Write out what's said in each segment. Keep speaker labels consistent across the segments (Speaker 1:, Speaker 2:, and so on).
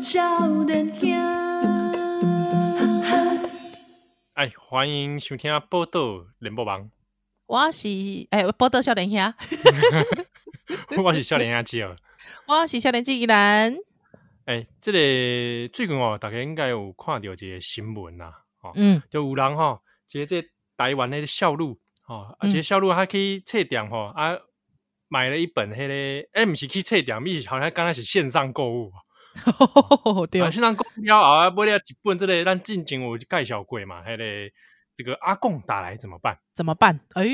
Speaker 1: 少年兄，哈哈。
Speaker 2: 哎，欢迎收听报道联播网，
Speaker 3: 我是诶、报道少年兄，
Speaker 2: 我是少年阿基尔。
Speaker 3: 我是少年纪依然。
Speaker 2: 哎，这个最近哦，大家应该有看到一个新闻呐、哦，
Speaker 3: 嗯，
Speaker 2: 就有人吼、哦，即这台湾那个小路哦，啊，
Speaker 3: 嗯
Speaker 2: 即小路他去册店吼、啊，买了一本迄、个，哎，毋是去册店，咪是好像刚开始线上购物。哦
Speaker 3: 对哦
Speaker 2: 啊，，线上购物了后啊，买了一本这个咱进前有介绍过嘛，迄、个这个阿贡打来怎么办？
Speaker 3: 怎么办？哎，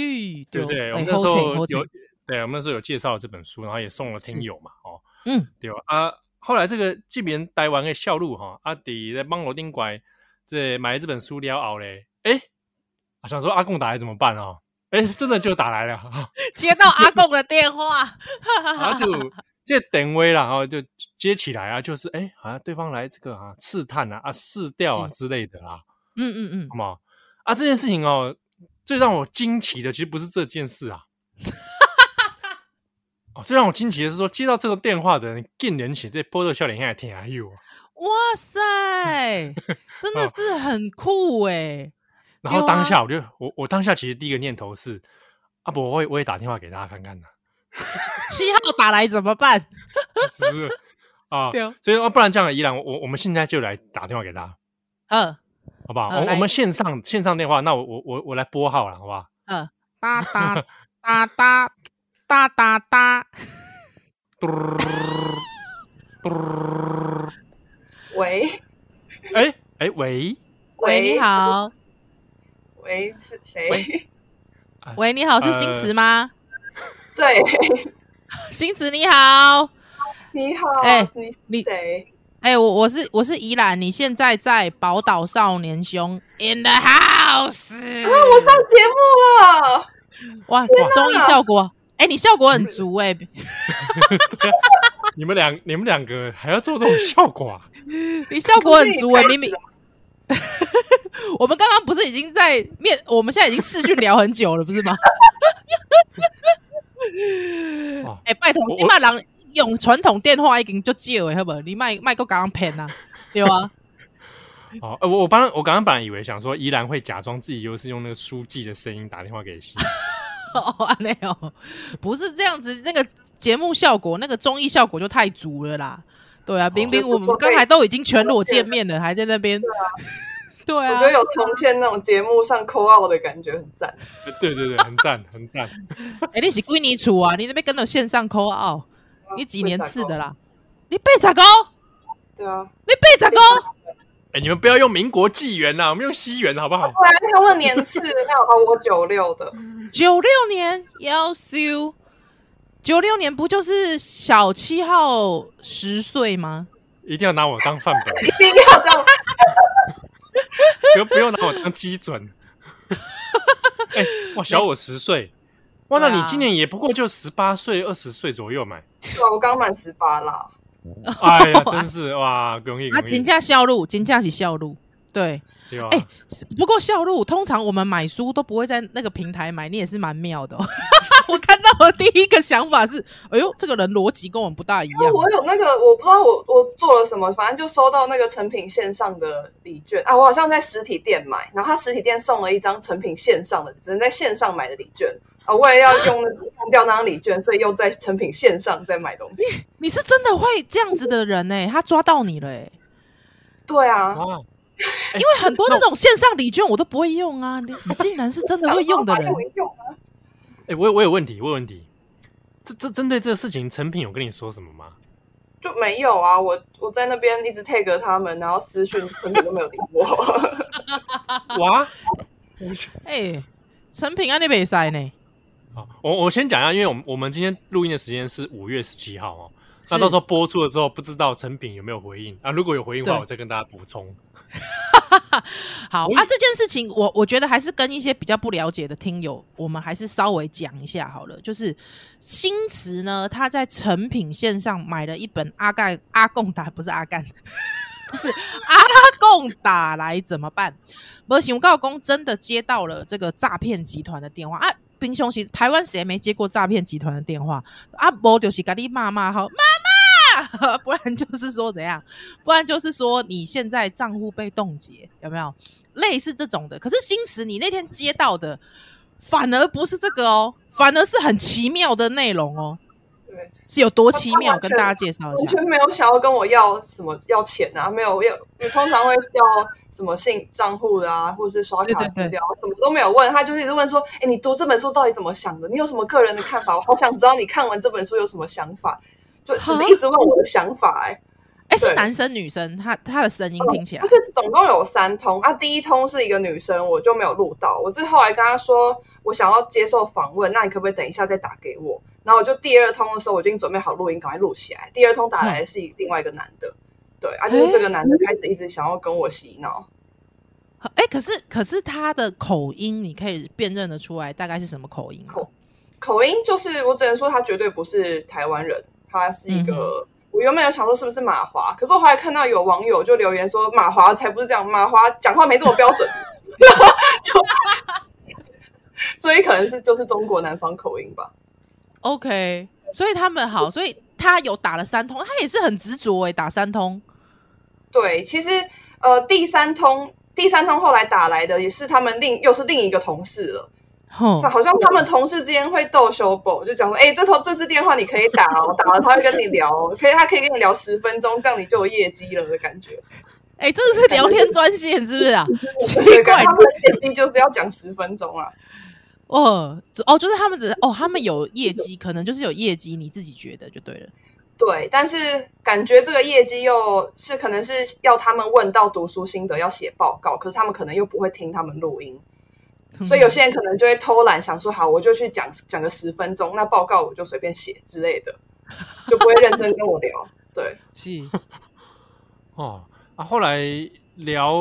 Speaker 2: 对不对？
Speaker 3: 哎
Speaker 2: 我们那时候
Speaker 3: 好险
Speaker 2: 有，对，我们那时候有介绍这本书，然后也送了听友嘛，哦，
Speaker 3: 嗯，
Speaker 2: 对吧？啊，后来这个这边台湾的校路哈，啊阿迪在帮罗丁拐，这买了这本书了后嘞，哎，啊想说阿贡打来怎么办哦？哎，真的就打来了，
Speaker 3: 接到阿贡的电话，
Speaker 2: 然后就这等位了，然后就接起来啊，就是哎，好像对方来这个啊刺探啊啊试掉啊
Speaker 3: 是
Speaker 2: 之类的啦，
Speaker 3: 嗯嗯嗯
Speaker 2: 好，不好？啊，这件事情哦，最让我惊奇的其实不是这件事啊。哦，最让我惊奇的是说，接到这个电话的人，更人起这波的笑脸现在挺还有啊。
Speaker 3: 哇 塞，真的是很酷哎！
Speaker 2: 然后
Speaker 3: 对啊
Speaker 2: 当下我就、我我当下其实第一个念头是，啊不，我也我也打电话给大家看看呐、
Speaker 3: 七号打来怎么办？
Speaker 2: 是不是啊？
Speaker 3: 对啊
Speaker 2: 所以啊，不然这样，依然我我们现在就来打电话给他，
Speaker 3: 呃
Speaker 2: 好不好？
Speaker 3: 呃
Speaker 2: 我
Speaker 3: 来
Speaker 2: 我们线上线上电话，那我我我我来拨号了，好不好？
Speaker 3: 呃，哒 哒哒哒哒哒哒，
Speaker 2: 嘟儿嘟儿，
Speaker 4: 喂
Speaker 2: 哎哎喂
Speaker 3: 喂，你，好，
Speaker 4: 喂，是
Speaker 2: 喂
Speaker 4: 谁？
Speaker 3: 喂，你好，是
Speaker 2: 呃
Speaker 3: 星驰吗？
Speaker 4: 对，
Speaker 3: 星驰你好，
Speaker 4: 你好，
Speaker 3: 哎
Speaker 4: 你
Speaker 3: 你
Speaker 4: 是谁？
Speaker 3: 哎、我我是我是宜兰，你现在在宝岛少年兄 in the house，、
Speaker 4: 啊，我上节目了，
Speaker 3: 哇，
Speaker 2: 哪
Speaker 3: 综艺效果，哎、你效果很足哎、
Speaker 2: 啊你们两你们两个还要做这种效果啊？
Speaker 3: 你效果很足哎、
Speaker 4: 不是
Speaker 3: 明
Speaker 4: 你
Speaker 3: 明我们刚刚不是已经在面，我们现在已经视讯聊很久了，不是 吗？哎、
Speaker 2: 哦
Speaker 3: 拜托
Speaker 2: 我，
Speaker 3: 今麦人用传统电话已经就少诶，好不好？你卖卖个刚刚骗啊，对啊，
Speaker 2: 哦，呃我我刚我刚刚本来以为想说，依然会假装自己又是用那个书记的声音打电话给西，
Speaker 3: 哦，安内哦，不是这样子，那个节目效果，那个综艺效果就太足了啦。对
Speaker 4: 哦
Speaker 3: 啊，明明我们刚才都已经全裸见面了，还在那边。对
Speaker 4: 我
Speaker 3: 啊
Speaker 4: 觉，得有重现那种节目上扣 out 的感觉，很赞。
Speaker 2: 对对对，很赞很赞。
Speaker 3: 哎，你是归你处啊？你那边跟着线上 call out，你几年次的
Speaker 4: 了？
Speaker 3: 啦？你背咋高？
Speaker 4: 对啊，
Speaker 3: 你背咋高？
Speaker 2: 哎，你们不要用民国纪元啦，我们用西元好不好？
Speaker 4: 不然啊他问年 次，那好，我九六的，
Speaker 3: 九六年要修，九六年不就是小七号十岁吗？
Speaker 2: 一定要拿我当范本，
Speaker 4: 一定要这样。
Speaker 2: 不不用拿我当基准。哎、哇，小我十岁，哇，那
Speaker 3: 对
Speaker 2: 你
Speaker 3: 啊哦
Speaker 2: 今年也不过就十八岁、二十岁左右嘛。
Speaker 4: 对啊，我刚满十八啦。
Speaker 2: 哎 呀，真是哇，容易
Speaker 3: 啊，
Speaker 2: 容易
Speaker 3: 金，价销路，金价是销路，对。
Speaker 2: 对啊吧？
Speaker 3: 哎不过笑路，通常我们买书都不会在那个平台买，你也是蛮妙的、哦。 我看到的第一个想法是，哎呦，这个人逻辑跟我们不大一样
Speaker 4: 因为。哦我有那个，我不知道我我做了什么，反正就收到那个成品线上的礼券啊，我好像在实体店买，然后他实体店送了一张成品线上的，只能在线上买的礼券啊，我也要用那用掉那张 礼券，所以又在成品线上再买东西。
Speaker 3: 你是真的会这样子的人呢、他抓到你了、欸，
Speaker 4: 对啊，
Speaker 3: 哦
Speaker 2: 哇，
Speaker 3: 因为很多那种线上礼券我都不会用啊，你你竟然是真的会用的人
Speaker 4: 想说把它，用一用啊
Speaker 2: 哎、我有我有问题，我有问题。这这针对这个事情，陈品有跟你说什么吗？
Speaker 4: 就没有啊，我我在那边一直 tag 他们，然后私讯成品都没有理我，
Speaker 2: 哇，
Speaker 3: 哎、成品啊安利比赛呢？
Speaker 2: 好，我我先讲一下，因为我们我们今天录音的时间是五月十七号哦。
Speaker 3: 是
Speaker 2: 那到时候播出的时候，不知道成品有没有回应啊？如果有回应的话，
Speaker 3: 对
Speaker 2: 我再跟大家补充。
Speaker 3: 好
Speaker 2: 我
Speaker 3: 啊，这件事情我我觉得还是跟一些比较不了解的听友，我们还是稍微讲一下好了。就是新驰呢，他在成品线上买了一本阿盖阿贡达，不是阿干， 是阿贡打来怎么办？不行，我告公真的接到了这个诈骗集团的电话啊！冰兄，其实台湾谁没接过诈骗集团的电话啊？无就是咖喱骂骂好妈妈， 下，不然就是说怎样，不然就是说你现在账户被冻结，有没有？类似这种的。可是新驰，你那天接到的反而不是这个哦，反而是很奇妙的内容哦，
Speaker 4: 对，
Speaker 3: 是有多奇
Speaker 4: 他
Speaker 3: 妙？
Speaker 4: 完全
Speaker 3: 跟大家介绍一
Speaker 4: 哦完
Speaker 3: 下
Speaker 4: 全。没有想要跟我要什么要钱啊，没有要，你通常会要什么信账户的啊，或者是刷卡
Speaker 3: 对对对
Speaker 4: 资料，啊什么都没有问，他就是一直问说，哎，你读这本书到底怎么想的？你有什么个人的看法？我好想知道你看完这本书有什么想法，就只是一直问我的想法、哎。
Speaker 3: 哎，是
Speaker 4: 对哦
Speaker 3: 男生女生？他他的声音听起来
Speaker 4: 不，是总共有三通啊，第一通是一个女生，我就没有录到。我是后来跟她说，我想要接受访问，那你可不可以等一下再打给我？然后我就第二通的时候，我已经准备好录音，赶快录起来。第二
Speaker 3: 嗯
Speaker 4: 通打来的是另外一个男的，对，啊，就是这个男的开始一直想要跟我洗脑，
Speaker 3: 哎，可是可是他的口音，你可以辨认得出来大概是什么口音吗？
Speaker 4: 口口音就是我只能说他绝对不是台湾人，他是一个。我原本有想说是不是马华，可是我后来看到有网友就留言说马华才不是这样，马华讲话没这么标准，就所以可能是就是中国南方口音吧。
Speaker 3: OK，所以他们好，所以他有打了三通，他也是很执着哎、打三通。
Speaker 4: 对，其实呃第三通第三通后来打来的也是他们另又是另一个同事了。
Speaker 3: 哼
Speaker 4: 好像他们同事之间会斗修补，就讲说，哎、这头这支电话你可以打 哦，打了他会跟你聊哦，可以他可以跟你聊十分钟，这样你就有业绩了的感觉。
Speaker 3: 哎、这个是聊天专线是不是啊？奇
Speaker 4: 对，
Speaker 3: 怪
Speaker 4: 感觉，他们的业绩就是要讲十分钟啊。
Speaker 3: 哦哦，就是他们的哦，
Speaker 4: 嗯
Speaker 3: 他们有业绩，可能就是有业绩，你自己觉得就对了。
Speaker 4: 对，但是感觉这个业绩又是可能是要他们问到读书心得要写报告，可是他们可能又不会听他们录音，
Speaker 3: 嗯
Speaker 4: 所以有些人可能就会偷懒，想说好我就去讲讲个十分钟，那报告我就随便写之类的，就不会认真跟我聊。对，
Speaker 3: 嗯是
Speaker 2: 哦，啊，后来聊，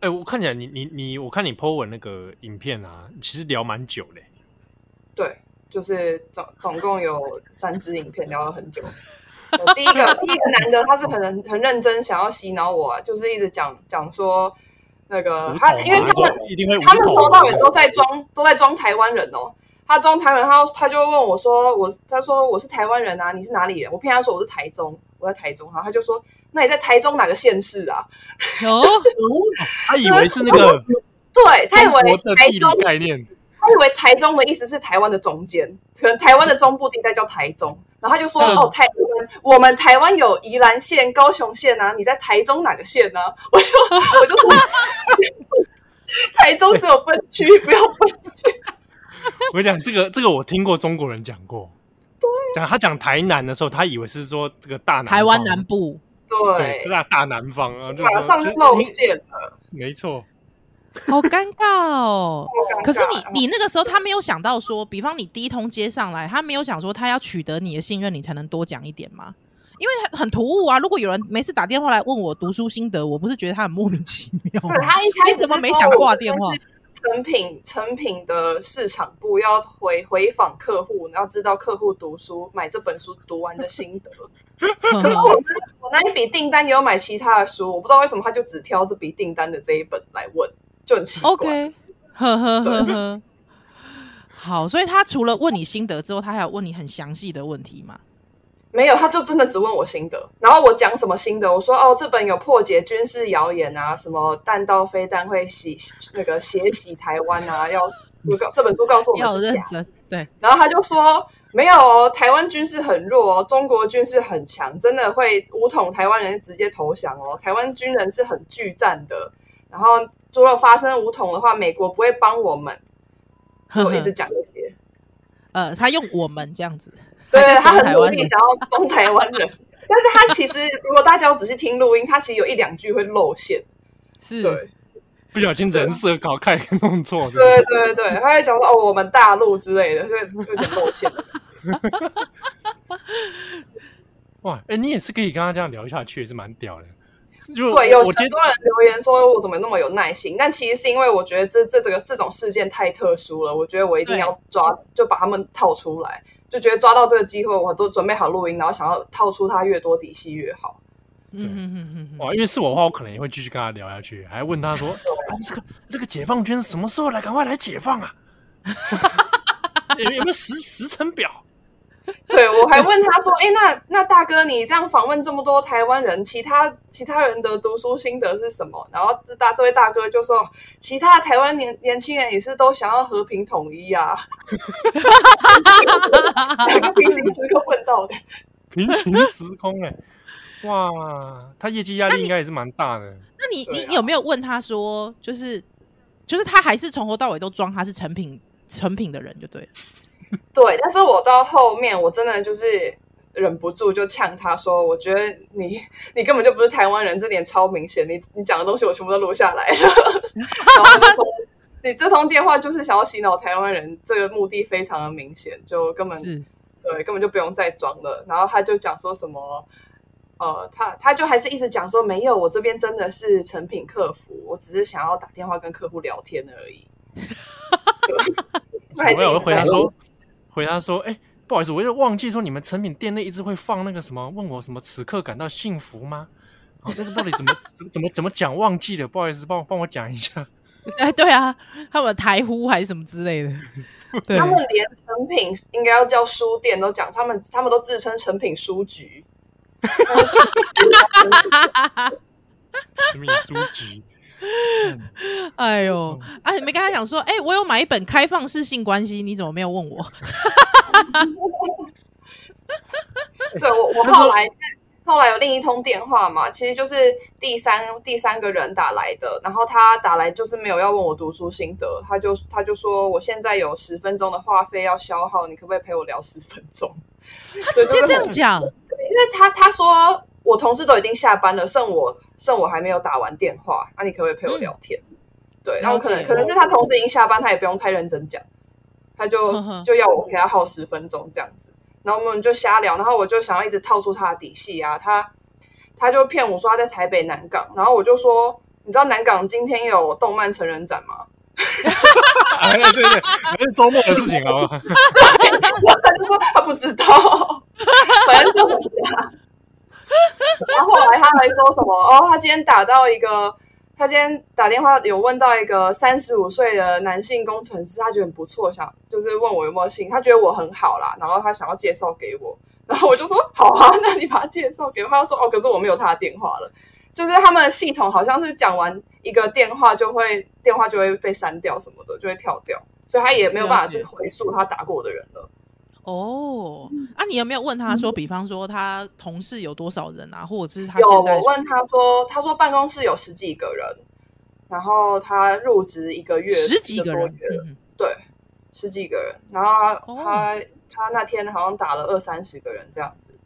Speaker 2: 哎、我看起来你你你，我看你 po 文那个影片啊，其实聊蛮久嘞。
Speaker 4: 对，就是总总共有三支影片，聊了很久。呃第一个第一个男的，他是很很认真想要洗脑我、啊，就是一直讲讲说那
Speaker 2: 无
Speaker 4: 个呃他
Speaker 2: 头，嘛
Speaker 4: 因为他
Speaker 2: 那
Speaker 4: 们
Speaker 2: 种一定会无
Speaker 4: 他们
Speaker 2: 头嘛
Speaker 4: 从头到尾都在装都在装台湾人哦。他装台湾人，他他就问我说：“我他说我是台湾人啊，你是哪里人？”我骗他说我是台中，我在台中。然后他就说：“那你在台中哪个县市啊
Speaker 3: 哦，
Speaker 2: 他以为是那个？”
Speaker 4: 对， 他以
Speaker 2: 中国
Speaker 4: 为
Speaker 2: 的
Speaker 4: 台
Speaker 2: 地
Speaker 4: 中
Speaker 2: 理概念，
Speaker 4: 他以为台中的意思是台湾的中间，可能台湾的中部地带叫台中，然后他就说：“
Speaker 2: 这个
Speaker 4: 哦，台我们我们台湾有宜兰县、高雄县啊，你在台中哪个县呢、 我就我就说， 台中只有分区，不要分区。
Speaker 2: 我跟你讲，这个这个我听过中国人讲过，讲他讲台南的时候，他以为是说这个大南
Speaker 3: 台湾
Speaker 2: 方
Speaker 3: 南部
Speaker 2: 对，
Speaker 4: 对，
Speaker 2: 大大南方啊，就
Speaker 4: 马
Speaker 2: 是
Speaker 4: 上就
Speaker 2: 就
Speaker 4: 露
Speaker 2: 你
Speaker 4: 馅了。
Speaker 2: 没错，
Speaker 3: 好尴尬哦。
Speaker 4: 好尴尬
Speaker 3: 可是你你那个时候他没有想到说，比方你第一通接上来，他没有想说他要取得你的信任，你才能多讲一点吗？因为很很突兀啊！如果有人每次打电话来问我读书心得，我不是觉得他很莫名其妙
Speaker 4: 对
Speaker 3: 吗？
Speaker 4: 他一开
Speaker 3: 你
Speaker 4: 始
Speaker 3: 怎么
Speaker 4: 是
Speaker 3: 没
Speaker 4: 说
Speaker 3: 想
Speaker 4: 我
Speaker 3: 挂
Speaker 4: 们
Speaker 3: 电话
Speaker 4: 是成品成品的市场部要回回访客户，然后知道客户读书买这本书读完的心得。可
Speaker 3: 嗯
Speaker 4: 是我我那一笔订单也有买其他的书，我不知道为什么他就只挑这笔订单的这一本来问，就很奇怪。
Speaker 3: OK，呵呵呵呵。好，所以他除了问你心得之后，他还有问你很详细的问题嘛？
Speaker 4: 没有，他就真的只问我心得，然后我讲什么心得，我说哦，这本有破解军事谣言啊，什么弹道飞弹会洗那个血洗台湾 啊，要这个这本书告诉我
Speaker 3: 要有
Speaker 4: 们是
Speaker 3: 认
Speaker 4: 假的。
Speaker 3: 真， 对，
Speaker 4: 然后他就说没有哦，台湾军事很弱哦，中国军事很强，真的会武统台湾人直接投降哦，台湾军人是很惧战的。然后如果发生武统的话，美国不会帮我们，
Speaker 3: 呵
Speaker 4: 就一
Speaker 3: 呵
Speaker 4: 直讲这些。
Speaker 3: 呃，他用我们这样子，
Speaker 4: 对
Speaker 3: 还在，装
Speaker 4: 他很
Speaker 3: 台
Speaker 4: 努
Speaker 3: 湾
Speaker 4: 力
Speaker 3: 人
Speaker 4: 想要装台 湾人，但是他其实如果大家有仔细听录音，他其实有一两句会露馅。
Speaker 3: 是
Speaker 4: 对
Speaker 2: 不小心人设搞看弄错，对不对
Speaker 4: 对对对，他会讲说哦，我们大陆之类的，就会有点露 馅。
Speaker 2: 哇，哎、你也是可以跟他这样聊下去，也是蛮屌的。如果
Speaker 4: 对，有
Speaker 2: 我接
Speaker 4: 很多人留言说我怎么那么有耐心，但其实是因为我觉得这这这个这种事件太特殊了，我觉得我一定要抓，就把他们套出来，就觉得抓到这个机会，我都准备好录音，然后想要套出他越多底细越好。
Speaker 3: 嗯嗯嗯嗯嗯，
Speaker 2: 哇，因为是我的话，我可能也会继续跟他聊下去，还问他说：“啊， 这个这个解放军什 么时候来？赶快来解放啊！有有没有时时程表？
Speaker 4: 对我还问他说：“哎、那那大哥，你这样访问这么多台湾人，其他其他人的读书心得是什么？”然后这大这位大哥就说：“其他台湾年年轻人也是都想要和平统一啊。”两个平行时刻问到的，
Speaker 2: 平行时空哎、哇，他业绩压力应该也是蛮大的。
Speaker 3: 那你
Speaker 4: 对
Speaker 3: 你
Speaker 4: 啊
Speaker 3: 你有没有问他说，就是就是他还是从头到尾都装他是成品成品的人就对了。
Speaker 4: 对。但是我到后面，我真的就是忍不住就呛他说：“我觉得你你根本就不是台湾人，这点超明显。你你讲的东西我全部都录下来了。” 然后他就说：“你这通电话就是想要洗脑台湾人，这个目的非常的明显，就根本
Speaker 3: 是，
Speaker 4: 对，根本就不用再装了。然后他就讲说什么，呃，他他就还是一直讲说没有，我这边真的是成品客服，我只是想要打电话跟客户聊天而 已。对
Speaker 2: 我有回答说，回答说，哎、不好意思，我就忘记说你们成品店内一直会放那个什么，问我什么此刻感到幸福吗？哦，那个到底怎么怎么怎么怎么讲忘记了？不好意思，帮我帮我讲一下。
Speaker 3: 哎，对啊，他们台呼还是什么之类的， 对
Speaker 4: 他，们连成品应该要叫书店都讲，他们他们都自称成品书局。
Speaker 2: 成品书局，
Speaker 3: 哎呦，哎，你没跟他讲说，哎，我有买一本《开放式性关系》，你怎么没有问我？
Speaker 4: 对我，我后来是后来有另一通电话嘛，其实就是第三第三个人打来的，然后他打来就是没有要问我读书心得，他就他就说我现在有十分钟的话费要消耗，你可不可以陪我聊十分钟？ 他
Speaker 3: 直接这 样讲，
Speaker 4: 因为他他说我同事都已经下班了，剩我剩我还没有打完电话，那、你可不可以陪我聊天？对，然后可
Speaker 3: 嗯了
Speaker 4: 能
Speaker 3: 解
Speaker 4: 可能是他同事已经下班，他也不用太认真讲，他就
Speaker 3: 呵呵
Speaker 4: 就要我陪他耗十分钟这样子，然后我们就瞎聊，然后我就想要一直套出他的底细啊，他他就骗我说他在台北南港，然后我就说你知道南港今天有动漫成人展吗？
Speaker 2: 哎，对对，还是周末的事情好吗？
Speaker 4: 他就说他不知道， 反正就很假。然后后来他还说什么哦，他今天打到一个，他今天打电话有问到一个三十五岁的男性工程师，他觉得很不错，想就是问我有没有兴趣，他觉得我很好啦，然后他想要介绍给我，然后我就说好啊，那你把他介绍给我。他就说哦，可是我没有他的电话了。 就是他们的系统好像是讲完一个电话就会电话就会被删掉什么的，就会跳掉，所以他也没有办法
Speaker 3: 了解
Speaker 4: 去回溯他打过的人了。
Speaker 3: 哦，啊，你有没有问他说，比方说他同事有多少人啊，或者是他
Speaker 4: 有，
Speaker 3: 现在
Speaker 4: 我问他说，他说办公室有十几个人，然后他入职一个月，
Speaker 3: 十几个
Speaker 4: 一
Speaker 3: 人
Speaker 4: 多月，
Speaker 3: 嗯
Speaker 4: 十几个人，然后他、
Speaker 3: 哦
Speaker 4: 他他那天好像打了二三十个人这样子，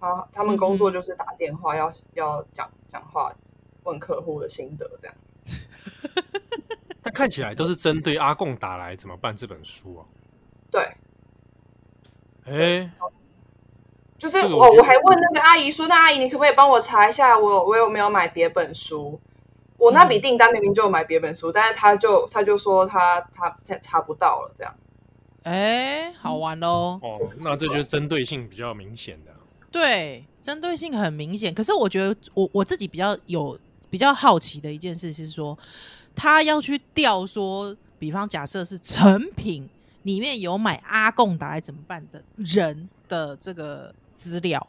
Speaker 4: 然后他们工
Speaker 3: 嗯
Speaker 4: 作就是打电话要、要讲讲话，问客户的心得这样。
Speaker 2: 但看起来都是针对阿贡打来怎么办这本书啊。
Speaker 4: 对，
Speaker 2: 哎、
Speaker 3: 哦
Speaker 4: 就是
Speaker 2: 这个我
Speaker 4: 我
Speaker 2: 觉
Speaker 4: 我
Speaker 2: 得
Speaker 4: 还问那个阿姨说，那阿姨你可不可以帮我查一下我我有没有买别本书？我那
Speaker 3: 嗯
Speaker 4: 笔订单明明就有买别本书，但是他就他就说他他查不到了这样。
Speaker 3: 哎、好玩喽。
Speaker 2: 哦，那这就是针对性比较明显的。
Speaker 3: 对，针对性很明显。可是我觉得我我自己比较有比较好奇的一件事是说，他要去调说，比方假设是成品里面有买阿贡达来怎么办的人的这个资料，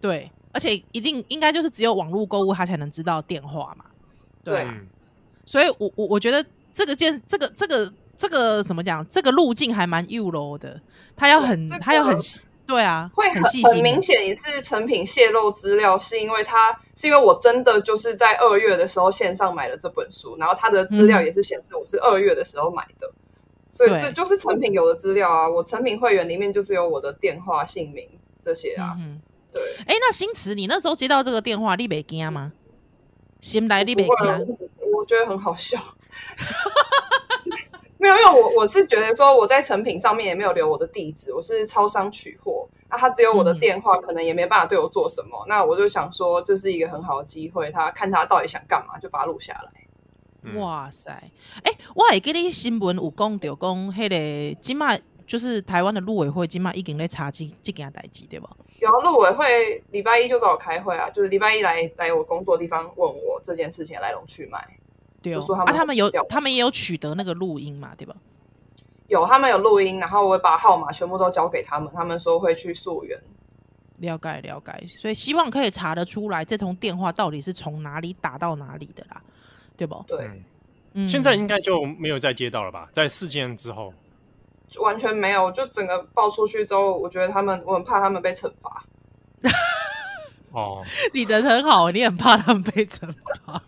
Speaker 3: 对，而且一定应该就是只有网络购物他才能知道电话嘛，对
Speaker 4: 对
Speaker 3: 啊，
Speaker 2: 嗯，
Speaker 3: 所以我我我觉得这个件这个这个这个怎么讲，这个路径还蛮右楼的，他要
Speaker 4: 对
Speaker 3: 很、
Speaker 4: 这
Speaker 3: 他要
Speaker 4: 个
Speaker 3: 很细对啊，
Speaker 4: 会
Speaker 3: 很
Speaker 4: 很
Speaker 3: 细心欸，
Speaker 4: 明显，也是成品泄露资料，是因为他是因为我真的就是在二月的时候线上买了这本书，然后他的资料
Speaker 3: 嗯
Speaker 4: 也是显示我是二月的时候买的，所以
Speaker 3: 对
Speaker 4: 这就是成品有的资料啊。我成品会员里面就是有我的电话、姓名这些啊。
Speaker 3: 嗯哼
Speaker 4: 对，
Speaker 3: 哎、那星驰，你那时候接到这个电话，你北惊啊吗？心来你
Speaker 4: 不
Speaker 3: 北
Speaker 4: 会啊
Speaker 3: 惊，，
Speaker 4: 我我觉得很好笑。 没有，因为我我是觉得说我在成品上面也没有留我的地址，我是超商取货，那、他只有我的
Speaker 3: 嗯
Speaker 4: 电话，可能也没办法对我做什么。那我就想说这是一个很好的机会，他看他到底想干嘛，就把它录下来。
Speaker 2: 嗯，
Speaker 3: 哇塞！哎、我会记你新闻有讲着讲，迄个今麦就是台湾的陆委会今麦已经在查这这件代志对吧？
Speaker 4: 然后啊陆委会礼拜一就找我开会啊，就是礼拜一来来我工作地方问我这件事情的来龙去脉。
Speaker 3: 对
Speaker 4: 就说
Speaker 3: 哦，
Speaker 4: 他
Speaker 3: 啊，
Speaker 4: 们
Speaker 3: 他们有
Speaker 4: 调查
Speaker 3: 他们也有取得那个录音嘛，对吧？
Speaker 4: 有他们有录音，然后我把号码全部都交给他们，他们说会去溯源。
Speaker 3: 了解了解，所以希望可以查得出来这通电话到底是从哪里打到哪里的啦，对不？
Speaker 4: 对，
Speaker 2: 嗯
Speaker 3: 嗯，
Speaker 2: 现在应该就没有再接到了吧？在事件之后，
Speaker 4: 就完全没有，就整个爆出去之后，我觉得他们，我很怕他们被惩罚。
Speaker 2: 哦，
Speaker 3: 你人很好，你很怕他们被惩罚。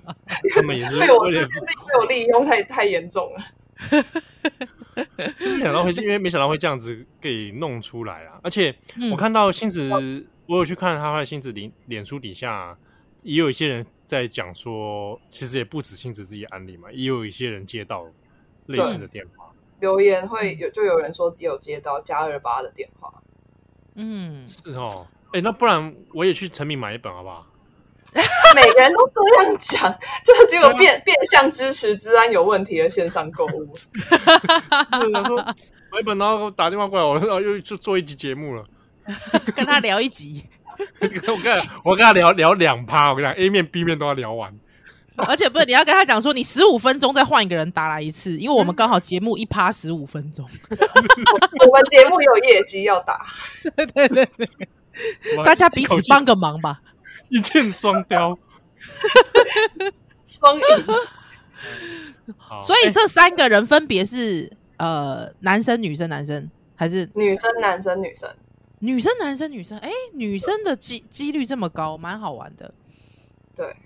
Speaker 2: 他们也是
Speaker 4: 被我
Speaker 2: 有
Speaker 4: 这
Speaker 2: 点
Speaker 4: 件事情被我利用太太严重了。
Speaker 2: 没想到会，因为没想到会这样子给弄出来啊！而且
Speaker 3: 嗯
Speaker 2: 我看到星子，我有去看他的星子脸脸书底下，也有一些人在讲说，其实也不止星子自己案例嘛，也有一些人接到类似的电话。
Speaker 4: 留言会有，就有人说有接到加二八的电话，
Speaker 3: 嗯，
Speaker 2: 是哦，哎，那不然我也去成品买一本好不好？
Speaker 4: 每个人都这样讲，就只有变变相支持治安有问题的线上购物。
Speaker 2: 我想说买一本，然后打电话过来，我然后又就做一集节目了。
Speaker 3: 跟他聊一集，
Speaker 2: 我跟他我跟他聊聊两趴，我跟你讲，A 面 B 面都要聊完。
Speaker 3: 而且不是你要跟他讲说，你十五分钟再换一个人打来一次，因为我们刚好节目一趴十五分钟，
Speaker 4: 我们节目有业绩要打，
Speaker 2: 我
Speaker 3: 大家彼
Speaker 2: 一口
Speaker 3: 此
Speaker 2: 气
Speaker 3: 帮个忙吧。
Speaker 2: 哦一箭双雕。
Speaker 4: 双赢。
Speaker 2: 好
Speaker 3: 所以这三个人分别是呃男生、女生、男生还是
Speaker 4: 女生、男生、女生，
Speaker 3: 女生、男生、女生？哎，女生的几几率这么高，蛮好玩的。
Speaker 4: 对，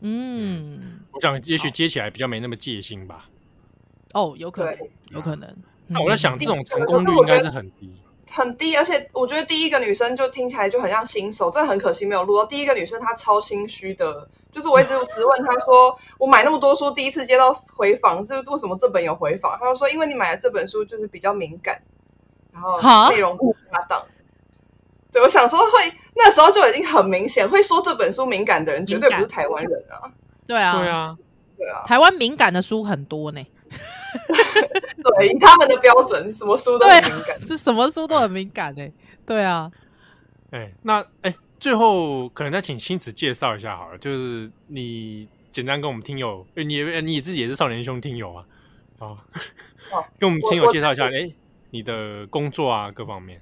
Speaker 3: 嗯，
Speaker 2: 我想也许接起来比较没那么戒心吧。
Speaker 3: 哦，有可能
Speaker 4: 对，
Speaker 3: 有可能。
Speaker 2: 但我在想，
Speaker 3: 嗯
Speaker 2: 这种成功率应该是很低。
Speaker 4: 很低，而且我觉得第一个女生就听起来就很像新手，这很可惜没有录到。第一个女生她超心虚的，就是我一直直问她说，我买那么多书，第一次接到回访，这为什么这本有回访？她就说，因为你买的这本书就是比较敏感，然
Speaker 3: 哈
Speaker 4: 后内容不搭档。对，我想说会那时候就已经很明显，会说这本书敏感的人绝对不是
Speaker 3: 敏
Speaker 4: 台湾人啊，
Speaker 3: 对啊，
Speaker 2: 对，啊，
Speaker 4: 对啊，
Speaker 3: 台湾敏感的书很多呢，
Speaker 4: 对，以他们的标准，什么书都
Speaker 3: 对
Speaker 4: 很
Speaker 3: 啊
Speaker 4: 敏感。
Speaker 3: 这什么书都很敏感呢。对啊，
Speaker 2: 哎、那哎、最后可能再请星子介绍一下好了，就是你简单跟我们听友，哎你也你自己也是少年兄听友啊，好，
Speaker 4: 哦
Speaker 2: 跟我们听友
Speaker 4: 我
Speaker 2: 介绍一下，哎、你的工作啊各方面，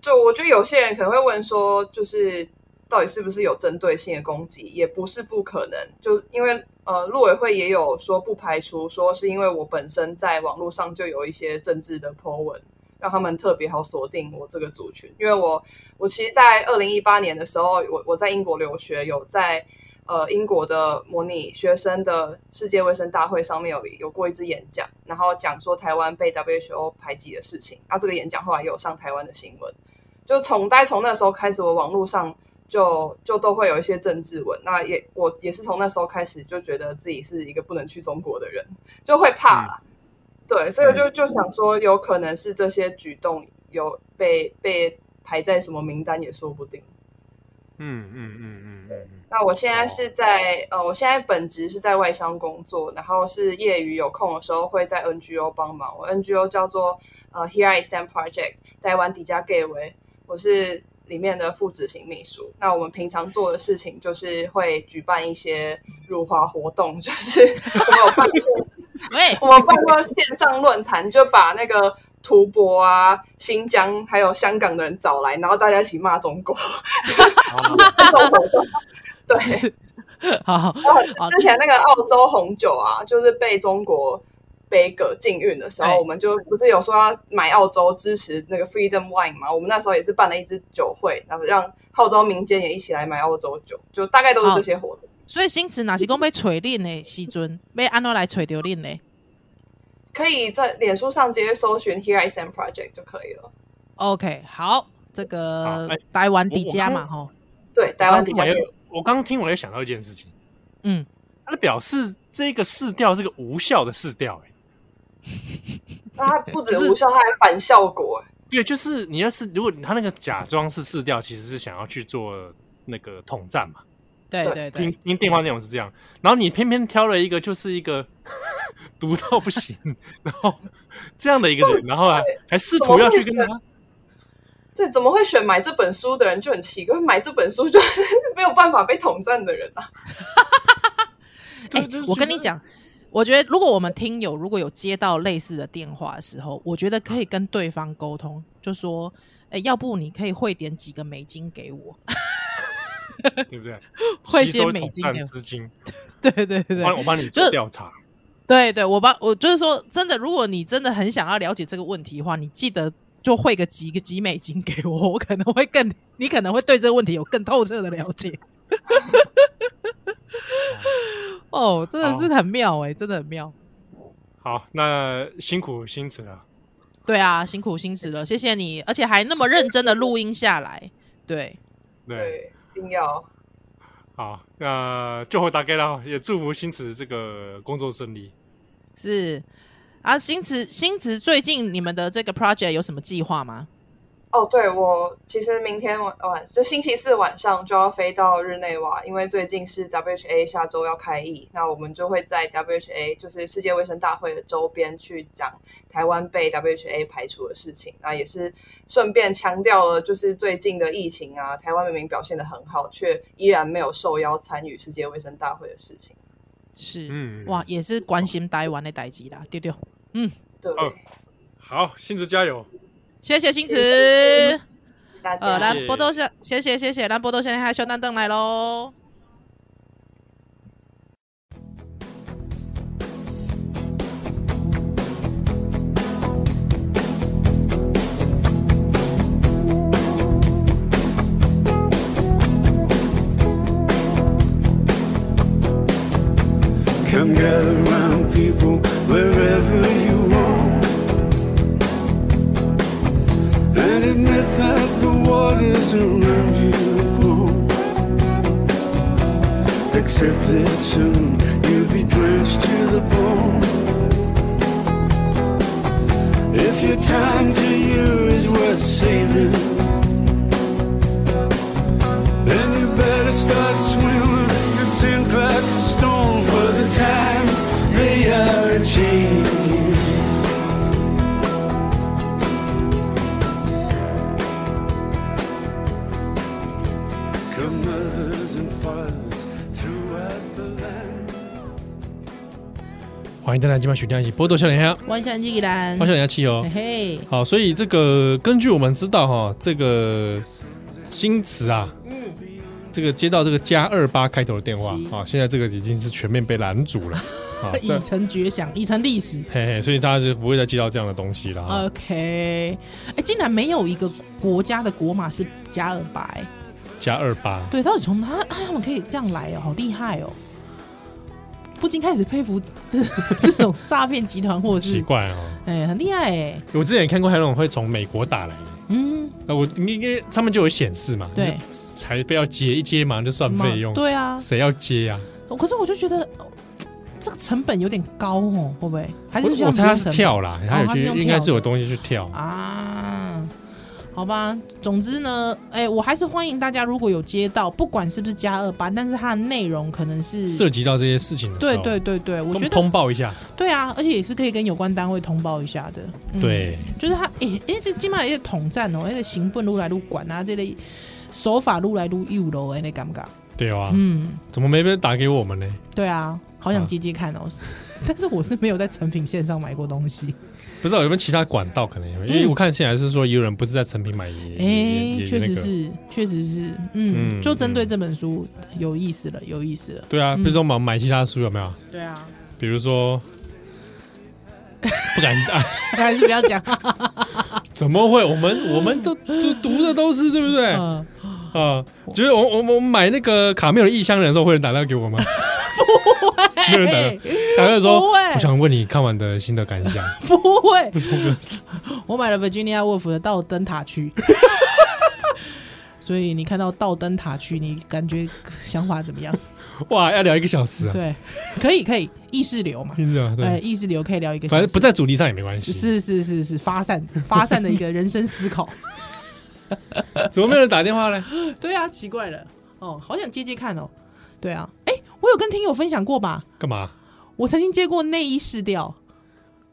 Speaker 4: 就我觉得有些人可能会问说，就是到底是不是有针对性的攻击，也不是不可能。就因为呃，陆委会也有说不排除说是因为我本身在网络上就有一些政治的 po 文，让他们特别好锁定我这个族群。因为我我其实，在二零一八年的时候，我我在英国留学，有在呃英国的模拟学生的世界卫生大会上面有有过一支演讲，然后讲说台湾被 WHO 排挤的事情。啊，这个演讲后来也有上台湾的新闻。就从大概从那时候开始，我网络上就就都会有一些政治文。那也我也是从那时候开始就觉得自己是一个不能去中国的人，就会怕啦。对，所以我就就想说，有可能是这些举动有被被排在什么名单也说不定。
Speaker 2: 嗯嗯嗯嗯嗯 嗯，
Speaker 4: 那我现在是在、呃，我现在本职是在外商工作，然后是业余有空的时候会在 NGO 帮忙。我 NGO 叫做呃 Here I Stand Project，台湾底加 Gay 为，我是里面的副执行秘书。那我们平常做的事情就是会举办一些辱华活动，就是我们有办过
Speaker 3: 喂，
Speaker 4: 我们办过线上论坛，就把那个图博啊、新疆还有香港的人找来，然后大家一起骂中国，
Speaker 2: 好好好
Speaker 4: 这种活动。对。
Speaker 3: 好好
Speaker 4: 然后哦之前那个澳洲红酒啊，就是被中国杯葛禁运的时
Speaker 3: 对
Speaker 4: 候，我们就不是有说要买澳洲支持那个 Freedom Wine 嘛？我们那时候也是办了一支酒会，然后让澳洲民间也一起来买澳洲酒，就大概都是这些活动。
Speaker 3: 所以新词哪是讲被锤令的时阵，被安怎来锤掉令呢？
Speaker 4: 可以在脸书上直接搜寻 Here I Stand Project 就可以了。
Speaker 3: OK，好，这
Speaker 2: 好
Speaker 3: 个
Speaker 2: 哎
Speaker 3: 台湾迪迦嘛，吼，
Speaker 4: 对，台湾底
Speaker 2: 我
Speaker 4: 下
Speaker 2: 刚
Speaker 4: 有
Speaker 2: 听完又我刚听我又想到一件事情，
Speaker 3: 嗯，
Speaker 2: 他的表示这个试调是个无效的试调、哎。
Speaker 4: 那它不止无效，它还反效果。欸
Speaker 2: 对，就是你要是如果他那个假装是试调，其实是想要去做那个统战嘛。
Speaker 3: 对对
Speaker 4: 对
Speaker 2: 听
Speaker 3: 对，
Speaker 2: 听电话内容是这样，然后你偏偏挑了一个就是一个 毒到不行， 然后这样的一个 人，然后还还试图要去跟他，
Speaker 4: 对，怎么会选买这本书的人就很奇怪，买这本书就是 没有办法被统战的人啊。
Speaker 3: 哎、
Speaker 2: 对就是
Speaker 3: 我
Speaker 2: 觉
Speaker 3: 跟你
Speaker 2: 得
Speaker 3: 讲，我觉得如果我们听友如果有接到类似的电话的时候，我觉得可以跟对方沟通，就说，哎、要不你可以汇点几个美金给我？
Speaker 2: 对不对？
Speaker 3: 会
Speaker 2: 吸
Speaker 3: 些
Speaker 2: 收
Speaker 3: 美
Speaker 2: 统
Speaker 3: 金
Speaker 2: 战
Speaker 3: 给我
Speaker 2: 资金，
Speaker 3: 对对对
Speaker 2: 帮我帮你
Speaker 3: 就
Speaker 2: 做
Speaker 3: 是
Speaker 2: 调查。
Speaker 3: 对对，我帮我就是说，真的，如果你真的很想要了解这个问题的话，你记得就汇个几个几美金给我，我可能会更，你可能会对这个问题有更透彻的了解。 哦，真的是很妙哎、真的很妙。
Speaker 2: 好，那辛苦辛子了，
Speaker 3: 对啊，辛苦辛苦了，谢谢你，而且还那么认真的录音下来。对，
Speaker 2: 对，
Speaker 4: 对，一定要
Speaker 2: 好，那就回大概了，也祝福辛子这个工作顺利。
Speaker 3: 是啊，星驰星驰，最近你们的这个 project 有什么计划吗？
Speaker 4: 哦。对我其实明天晚晚就星期四晚上就要飞到日内瓦，因为最近是 WHA 下周要开议，那我们就会在 WHA 就是世界卫生大会的周边去讲台湾被 WHA 排除的事情，那也是顺便强调了就是最近的疫情啊，台湾明明表现的很好，却依然没有受邀参与世界卫生大会的事情。
Speaker 3: 是，
Speaker 2: 嗯
Speaker 3: 哇，也是关心台湾的代际啦，丢丢，
Speaker 4: 对，
Speaker 2: 哦好，辛子加油！
Speaker 3: 谢谢星
Speaker 4: 谢
Speaker 3: 驰。
Speaker 4: 大家、
Speaker 3: 呃，
Speaker 2: 来
Speaker 3: 兰波豆先，谢谢谢谢，兰波豆先生还秀蛋凳来喽。
Speaker 5: Come gather round people wherever you roam And admit that the waters around you blow Except that soon you'll be drenched to the bone If your time to you is worth saving Then you better start swimming and sink like a stone for the time they are a changing. Come mothers and fathers throughout the land.
Speaker 2: 欢迎大家今晚许亮一起波多笑脸虾，
Speaker 3: 万象依然，
Speaker 2: 欢笑脸虾汽油
Speaker 3: 嘿。嘿，
Speaker 2: 好，所以这个根据我们知道哈，这个新词啊，嗯，这个接到这个加二八开头的电话
Speaker 3: 是
Speaker 2: 啊，现在这个已经是全面被拦阻 了啊，
Speaker 3: 已
Speaker 2: 这
Speaker 3: 成绝响，已成历史。
Speaker 2: 嘿嘿，所以大家就不会再接到这样的东西了
Speaker 3: 嗯
Speaker 2: 啊。
Speaker 3: OK，哎、竟然没有一个国家的国码是加尔白、
Speaker 2: 加二八，
Speaker 3: 对，到底从他、哎，他们可以这样来哦，好厉害哦！不禁开始佩服这 这种诈骗集团，或者
Speaker 2: 奇
Speaker 3: 是
Speaker 2: 怪哦，
Speaker 3: 哎、很厉害哎，
Speaker 2: 我之前也看过还有那种会从美国打来的。
Speaker 3: 嗯，
Speaker 2: 那呃我应该上面就有显示嘛，
Speaker 3: 对
Speaker 2: 你就才不要接，一接马上就算费用，
Speaker 3: 对啊，
Speaker 2: 谁要接呀、
Speaker 3: 可是我就觉得哦这个成本有点高哦，会不会？还是需
Speaker 2: 我
Speaker 3: 要
Speaker 2: 我猜他
Speaker 3: 低
Speaker 2: 是
Speaker 3: 成本
Speaker 2: 跳啦，他有
Speaker 3: 哦他是
Speaker 2: 些
Speaker 3: 用
Speaker 2: 应该
Speaker 3: 跳
Speaker 2: 是有
Speaker 3: 的
Speaker 2: 东西去跳，
Speaker 3: 啊。好吧，总之呢，哎、我还是欢迎大家，如果有接到，不管是不是加二班，但是它的内容可能是，
Speaker 2: 涉及到这些事情的时
Speaker 3: 对
Speaker 2: 候，
Speaker 3: 对对对，我
Speaker 2: 跟
Speaker 3: 觉得
Speaker 2: 通报一下，
Speaker 3: 对啊，而且也是可以跟有关单位通报一下的。嗯，
Speaker 2: 对。
Speaker 3: 就是他，哎、哎，这起码有些统战哦，那个行本撸来撸管啊，这类手法撸来撸右喽，哎，那感觉，
Speaker 2: 对啊，
Speaker 3: 嗯，
Speaker 2: 怎么没被打给我们呢？
Speaker 3: 对啊，好想接接看哦，
Speaker 2: 嗯
Speaker 3: 但是我是没有在成品线上买过东西，
Speaker 2: 不知道有没有其他管道可能有，因为
Speaker 3: 嗯
Speaker 2: 我看现在是说有人不是在成品买也，
Speaker 3: 哎、
Speaker 2: 也也
Speaker 3: 确
Speaker 2: 那
Speaker 3: 实
Speaker 2: 个，
Speaker 3: 是，确实是，嗯，
Speaker 2: 嗯
Speaker 3: 就针对这本书有意思了，有意思了，
Speaker 2: 对啊，
Speaker 3: 嗯
Speaker 2: 比如说我们买其他书有没有？
Speaker 3: 对啊，
Speaker 2: 比如 说，不敢啊，
Speaker 3: 还是不要讲，啊
Speaker 2: 怎么会？我 们我们都都读的都是对不对？啊、
Speaker 3: 嗯，
Speaker 2: 就是我我我们买那个卡缪的《异乡人》的时候，会有人打电话给我 吗？没有人打电话，打电话
Speaker 3: 不
Speaker 2: 说
Speaker 3: 会，
Speaker 2: 我想问你看完的心得感想。
Speaker 3: 不会，
Speaker 2: 不是我们是
Speaker 3: 我买了 Virginia Woolf 的《道灯塔区》，所以你看到《道灯塔区》，你感觉想法怎么样？
Speaker 2: 哇，要聊一个小时啊，
Speaker 3: 对，可以可以，意识流嘛，
Speaker 2: 听着，
Speaker 3: 哎，
Speaker 2: 对，
Speaker 3: 意识流可以聊一个小
Speaker 2: 反
Speaker 3: 时，
Speaker 2: 正不在主题上也没关系。
Speaker 3: 是是是是发散发散的一个人生思考。
Speaker 2: 怎么没有人打电话呢？
Speaker 3: 对啊，奇怪了，哦，好想接接看哦。对啊，哎， 我有跟听友分享过吧？
Speaker 2: 干嘛？
Speaker 3: 我曾经接过内衣试调，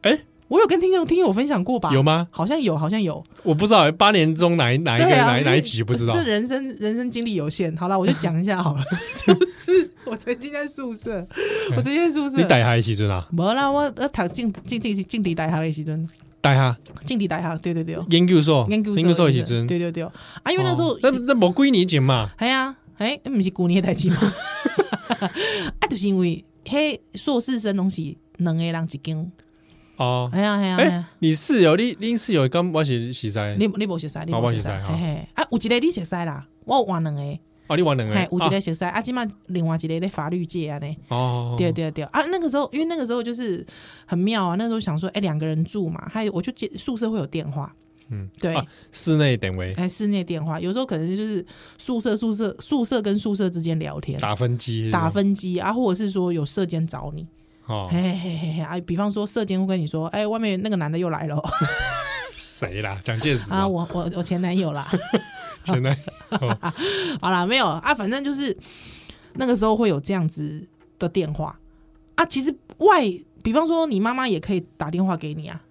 Speaker 2: 哎、
Speaker 3: 我有跟听众听友分享过吧？
Speaker 2: 有吗？
Speaker 3: 好像有，好像有。
Speaker 2: 我不知道八年中哪一哪一个
Speaker 3: 对啊，
Speaker 2: 哪一哪一
Speaker 3: 就是
Speaker 2: 集不知道
Speaker 3: 这。人生人生经历有限，好了，我就讲一下好了。 就是我曾经在宿舍，我曾经在宿舍
Speaker 2: 嗯你，逮他的时阵啊，
Speaker 3: 没啦，我我读进进进进地大学的时阵，
Speaker 2: 逮他
Speaker 3: 进地大学，对对对，哦
Speaker 2: 哦研究所，
Speaker 3: 研究
Speaker 2: 所的时
Speaker 3: 时
Speaker 2: 阵，
Speaker 3: 对对对，啊，因为那时候
Speaker 2: 哦，那那无几年前嘛，
Speaker 3: 系啊，哎，那不是旧年的 代志吗？啊，就是因为嘿硕士生拢是两个人一间，
Speaker 2: 哦，
Speaker 3: 哎呀哎呀哎
Speaker 2: 哎
Speaker 3: 呀，，
Speaker 2: 你室友，你你室友刚我是是在，
Speaker 3: 你你无熟悉，你
Speaker 2: 哦
Speaker 3: 无
Speaker 2: 我
Speaker 3: 熟
Speaker 2: 熟
Speaker 3: 悉，
Speaker 2: 悉
Speaker 3: 嘿
Speaker 2: 好
Speaker 3: 嘿，啊，有一个你熟悉啦，我有换两个，
Speaker 2: 哦，你玩两个，
Speaker 3: 嘿，有一
Speaker 2: 啊
Speaker 3: 个熟悉，啊，即码另外一个咧法律界啊呢。
Speaker 2: 哦，
Speaker 3: 对对对啊，那个时候因为那个时候就是很妙啊，那时候想说，哎，两个人住嘛，还有我就接宿舍会有电话，
Speaker 2: 嗯，
Speaker 3: 对
Speaker 2: 啊室内等位
Speaker 3: 哎，室内电话，有时候可能就是宿舍宿舍宿舍跟宿舍之间聊天，
Speaker 2: 打分机，
Speaker 3: 打分机啊，或者是说有射箭找你，
Speaker 2: 哦
Speaker 3: 嘿，嘿嘿嘿嘿啊，比方说射箭会跟你说，哎，外面那个男的又来了哦
Speaker 2: 谁啦？蒋介石
Speaker 3: 啊，
Speaker 2: 啊，
Speaker 3: 我我我前男友啦，
Speaker 2: 现在
Speaker 3: 好啦，没有啊，反正就是那个时候会有这样子的电话啊，其实外，比方说你妈妈也可以打电话给你啊，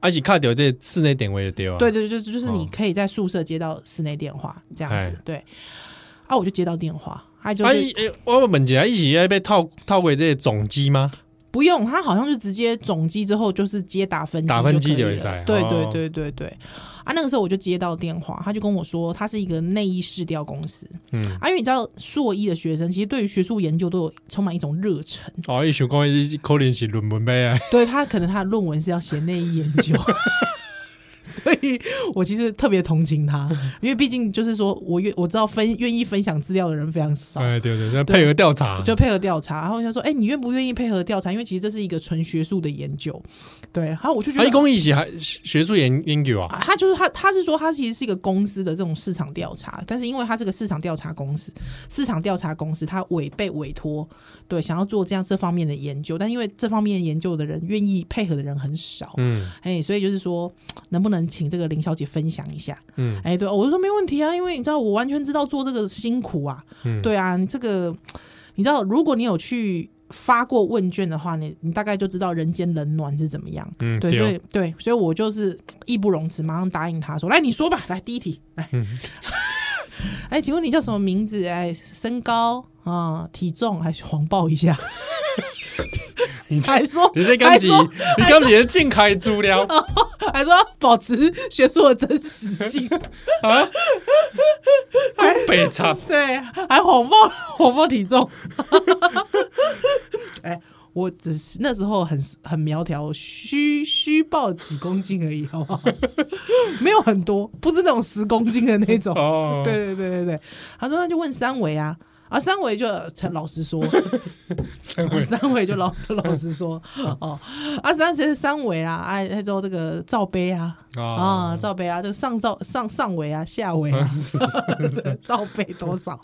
Speaker 2: 而且卡掉这室内点位的丢啊，
Speaker 3: 对对，对就是就是
Speaker 2: 哦
Speaker 3: 你可以在宿舍接到室内电话这样子
Speaker 2: 哎，
Speaker 3: 对，啊，我就接到电话，他就
Speaker 2: 啊，
Speaker 3: 是
Speaker 2: 伊诶，我问一下，伊是要被套套过这个总机吗？
Speaker 3: 不用，他好像就直接总机之后就是接打分机
Speaker 2: 打分机
Speaker 3: 就
Speaker 2: 就
Speaker 3: 可
Speaker 2: 可
Speaker 3: 以
Speaker 2: 以
Speaker 3: 了
Speaker 2: 塞
Speaker 3: 对
Speaker 2: 哦
Speaker 3: 对对对对，啊，那个时候我就接到电话，他就跟我说，他是一个内衣试调公司
Speaker 2: 嗯，
Speaker 3: 啊，因为你知道硕一的学生其实对于学术研究都有充满一种热 忱，
Speaker 2: 哦，伊想讲伊可能是论文呗，
Speaker 3: 对他可能他的论文是要写内衣研 究。所以我其实特别同情他，因为毕竟就是说我愿我知道分愿意分享资料的人非常少，
Speaker 2: 哎，对对，那配合调查，
Speaker 3: 就配合调查。然后我就说，哎、你愿不愿意配合调查？因为其实这是一个纯学术的研究，对。然后我就觉
Speaker 2: 啊，
Speaker 3: 得
Speaker 2: 伊，讲伊是还学术研研究啊，
Speaker 3: 啊他就是他，他是说他其实是一个公司的这种市场调查，但是因为他是个市场调查公司，市场调查公司他委被委托，对，想要做这样这方面的研究，但因为这方面研究的人愿意配合的人很少，
Speaker 2: 嗯
Speaker 3: 哎、所以就是说，能不能请这个林小姐分享一下？
Speaker 2: 嗯
Speaker 3: 哎、对，我就说没问题啊，因为你知道，我完全知道做这个辛苦啊，
Speaker 2: 嗯
Speaker 3: 对啊，你这个，你知道，如果你有去发过问卷的话，你你大概就知道人间冷暖是怎么样。
Speaker 2: 嗯，
Speaker 3: 对，
Speaker 2: 对
Speaker 3: 所以对，所以我就是义不容辞，马上答应他说：“来，你说吧，来第一题，来，
Speaker 2: 嗯
Speaker 3: 哎，请问你叫什么名字？哎，身高啊、体重，还谎报一下。你还说，
Speaker 2: 你这刚是，
Speaker 3: 还说
Speaker 2: 你刚是进开资料
Speaker 3: 还说要保持学术的真实性，
Speaker 2: 啊，北差，
Speaker 3: 对，还谎报谎报体重。 哎、我只是那时候很很苗条，虚虚报几公斤而已，好不好？ 没有很多，不是那种十公斤的那种。
Speaker 2: 哦
Speaker 3: 对对对对对，他说那就问三维啊。啊，三维就呃陈老师说，
Speaker 2: 三
Speaker 3: 啊
Speaker 2: 位
Speaker 3: 三维就老 师老师说哦，啊三其实三维啦，哎、啊，之后这个罩杯啊，啊，
Speaker 2: 啊，
Speaker 3: 罩杯啊，这个上罩上上围啊，下围 啊， 罩杯多少？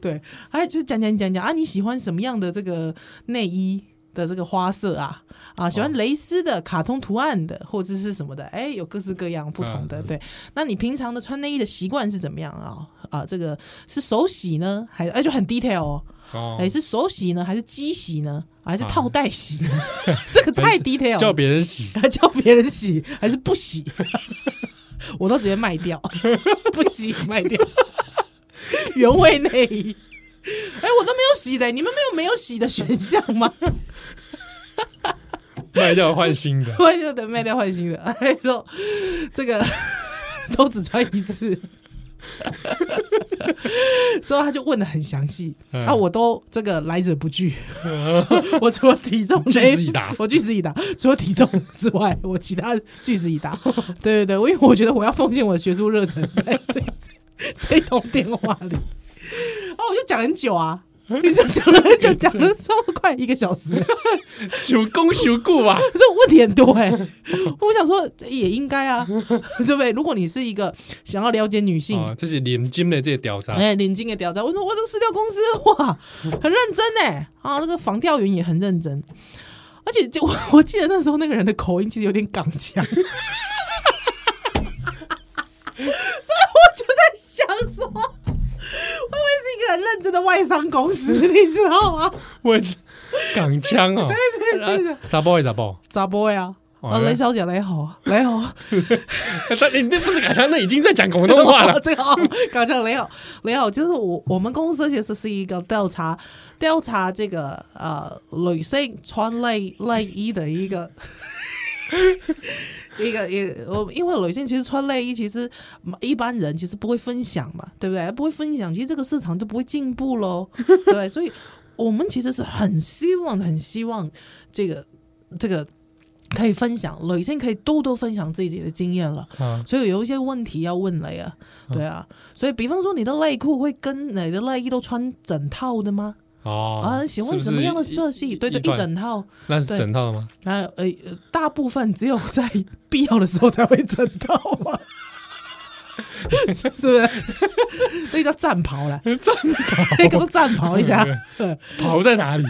Speaker 3: 对，哎，就讲讲讲讲啊，你喜欢什么样的这个内衣的这个花色啊？
Speaker 2: 哦
Speaker 3: 啊，喜欢蕾丝的、卡通图案的，或者是什么的？哎，有各式各样不同
Speaker 2: 嗯
Speaker 3: 的。对，那你平常的穿内衣的习惯是怎么样啊？啊，这个是手洗呢，还哎就很 detail 哦，
Speaker 2: 哦啊
Speaker 3: 哎，是手洗呢，还是机洗呢，还是套 带洗呢？这个太 detail，了
Speaker 2: 哎叫别人洗，
Speaker 3: 还叫别人洗还是不洗？ 我都直接卖掉， 不洗卖掉， 原味内衣。哎、我都没有洗的，你们没有没有洗的选项吗？
Speaker 2: 卖掉换新 的，
Speaker 3: 我就等卖掉换新的。哎，说这个都只穿一次。之后他就问的很详细，
Speaker 2: 嗯
Speaker 3: 啊，我都这个来者 不拒，我除了体重
Speaker 2: 你
Speaker 3: 这
Speaker 2: 据
Speaker 3: 一
Speaker 2: 实以答
Speaker 3: 我据实以答，除了体重之外，我其他据实以答。对对对，我因为我觉得我要奉献我的学术热忱在这这这一通电话里，啊，我就讲很久啊，你这讲了很久，讲了这么快一个小时。
Speaker 2: 修功修故吧，
Speaker 3: 这种问题很多哎、 我想说也应该啊， 对不对？如果你是一个想要了解女性，
Speaker 2: 哦，这是啊连金的这个调查，
Speaker 3: 哎，领巾给调查，我说我这个私调公司哇，很认真哎、啊，这个防调员也很认真，而且就 我我记得那时候那个人的口音其实有点港腔， 所以我就在想说，会不会是一个很认真的外商公司， 你知道吗？
Speaker 2: 啊 我港腔哦，对对对，查甫的查甫，
Speaker 3: 查波呀、啊，哦，雷小姐，雷猴，雷猴，
Speaker 2: 他你那不是感觉那已经在讲广东话 了？
Speaker 3: 最好搞成雷猴，雷猴就是我我们公司其实是一个调查调查这个呃女性穿内内衣的一个。 一个一个我因为女性其实穿内衣，其实一般人其实不会分享嘛，对不对？不会分享，其实这个市场就不会进步喽， 对不对，所以我们其实是很希望、很希望这个这个可以分享，女性可以多多分享自己的经验了。
Speaker 2: 嗯
Speaker 3: 所以有一些问题要问了呀，对啊，所以比方说你的内裤会跟你的内衣都穿整套的吗？
Speaker 2: 哦
Speaker 3: 啊，喜欢
Speaker 2: 是不
Speaker 3: 什么
Speaker 2: 是
Speaker 3: 样的
Speaker 2: 一
Speaker 3: 色系？对对，
Speaker 2: 段
Speaker 3: 一整套。
Speaker 2: 那是
Speaker 3: 对
Speaker 2: 整套的吗？
Speaker 3: 还有呃，呃大部分只有在必要的时候才会整套 嘛，是不是？那叫战 袍了，
Speaker 2: 战
Speaker 3: 那个都战袍，你讲
Speaker 2: 袍在 哪里？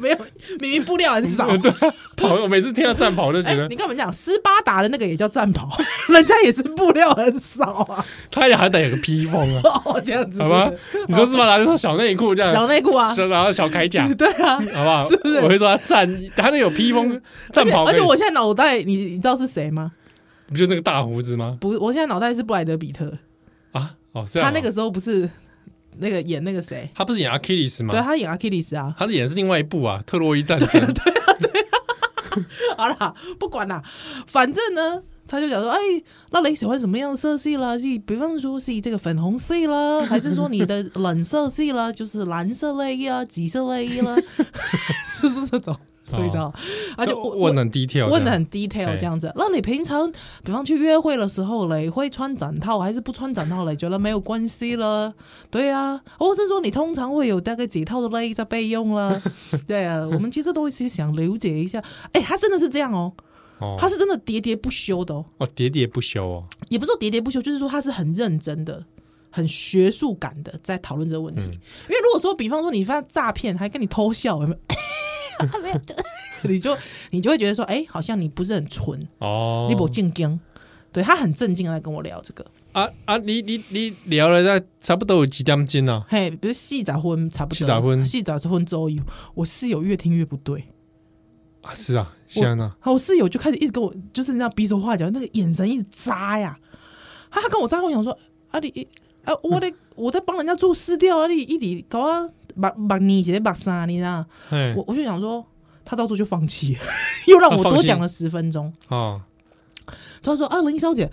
Speaker 3: 没有，明明布料很少。
Speaker 2: 哦对啊，跑！我每次听到战袍就觉
Speaker 3: 哎、
Speaker 2: 得
Speaker 3: 你跟我们讲，斯巴达的那个也叫战袍， 人家也是布料很少啊。
Speaker 2: 他也还得有个披风啊，
Speaker 3: 哦，这 样子是
Speaker 2: 好
Speaker 3: 不是
Speaker 2: 吧？你说是吧？拿那种小内裤这样，
Speaker 3: 小内裤啊，
Speaker 2: 小然后小铠甲
Speaker 3: 对啊，
Speaker 2: 好不 好？我会说他战，他那有披风
Speaker 3: 而
Speaker 2: 战
Speaker 3: 且
Speaker 2: 袍可
Speaker 3: 而
Speaker 2: 以，
Speaker 3: 且我现在脑袋，你你知道是谁吗？
Speaker 2: 不就那个大胡子吗？
Speaker 3: 不，我现在脑袋是布莱德比特，
Speaker 2: 啊，哦，是
Speaker 3: 他那个时候不是那个演那个谁？
Speaker 2: 他不是演阿基里斯吗？
Speaker 3: 对他演阿基里斯啊。
Speaker 2: 他演的是另外一部啊，《特洛伊战争》对
Speaker 3: 好啦，不管啦，反正呢，他就讲说，哎，那你喜欢什么样的色系啦？是比方说是这个粉红系啦，还是说你的冷色系啦，就是蓝色类衣啊、紫色类衣啦， 就是这种，你知道？而且我我
Speaker 2: 问得很低调，
Speaker 3: 问的
Speaker 2: 很
Speaker 3: 很 detail
Speaker 2: 嘿
Speaker 3: 这样子。那你平常，比方去约会的时候嘞，会穿整套还是不穿整套嘞？觉得没有关系了， 对啊，或是说你通常会有大概几套的内衣在备用 了，对啊，我们其实都是想了解一下。哎、他真的是这样哦，
Speaker 2: 哦
Speaker 3: 他是真的喋喋不休的哦，
Speaker 2: 哦喋喋不休哦，
Speaker 3: 也不是说喋喋不休，就是说他是很认真的。很学术感的在讨论这个问题，因为如果说，比方说你犯诈骗，还跟你偷笑， 有没有？啊没有，你就你就会觉得说，哎、好像你不是很纯，
Speaker 2: 哦，
Speaker 3: 你不正经。对他很正经地在跟我聊这个，
Speaker 2: 啊啊，你你你聊了在差不多有几点钟啊？
Speaker 3: 嘿，比如细早婚差不多，
Speaker 2: 四十分
Speaker 3: 细早婚周游，我室友越听越不对，
Speaker 2: 啊，是啊，是啊，那
Speaker 3: 然后我室友就开始一直跟我，就是那样比手画脚，那个眼神一直扎呀，他他跟我扎，我想说，啊你，啊我在我在帮人家做试调啊，你一直搞啊，把把你姐姐把啥，你知道？
Speaker 2: 哎
Speaker 3: 我我就想说，他到处就放弃了， 又让
Speaker 2: 他
Speaker 3: 我
Speaker 2: 放
Speaker 3: 多
Speaker 2: 弃
Speaker 3: 讲了十分钟，
Speaker 2: 哦，
Speaker 3: 他说啊，林小姐，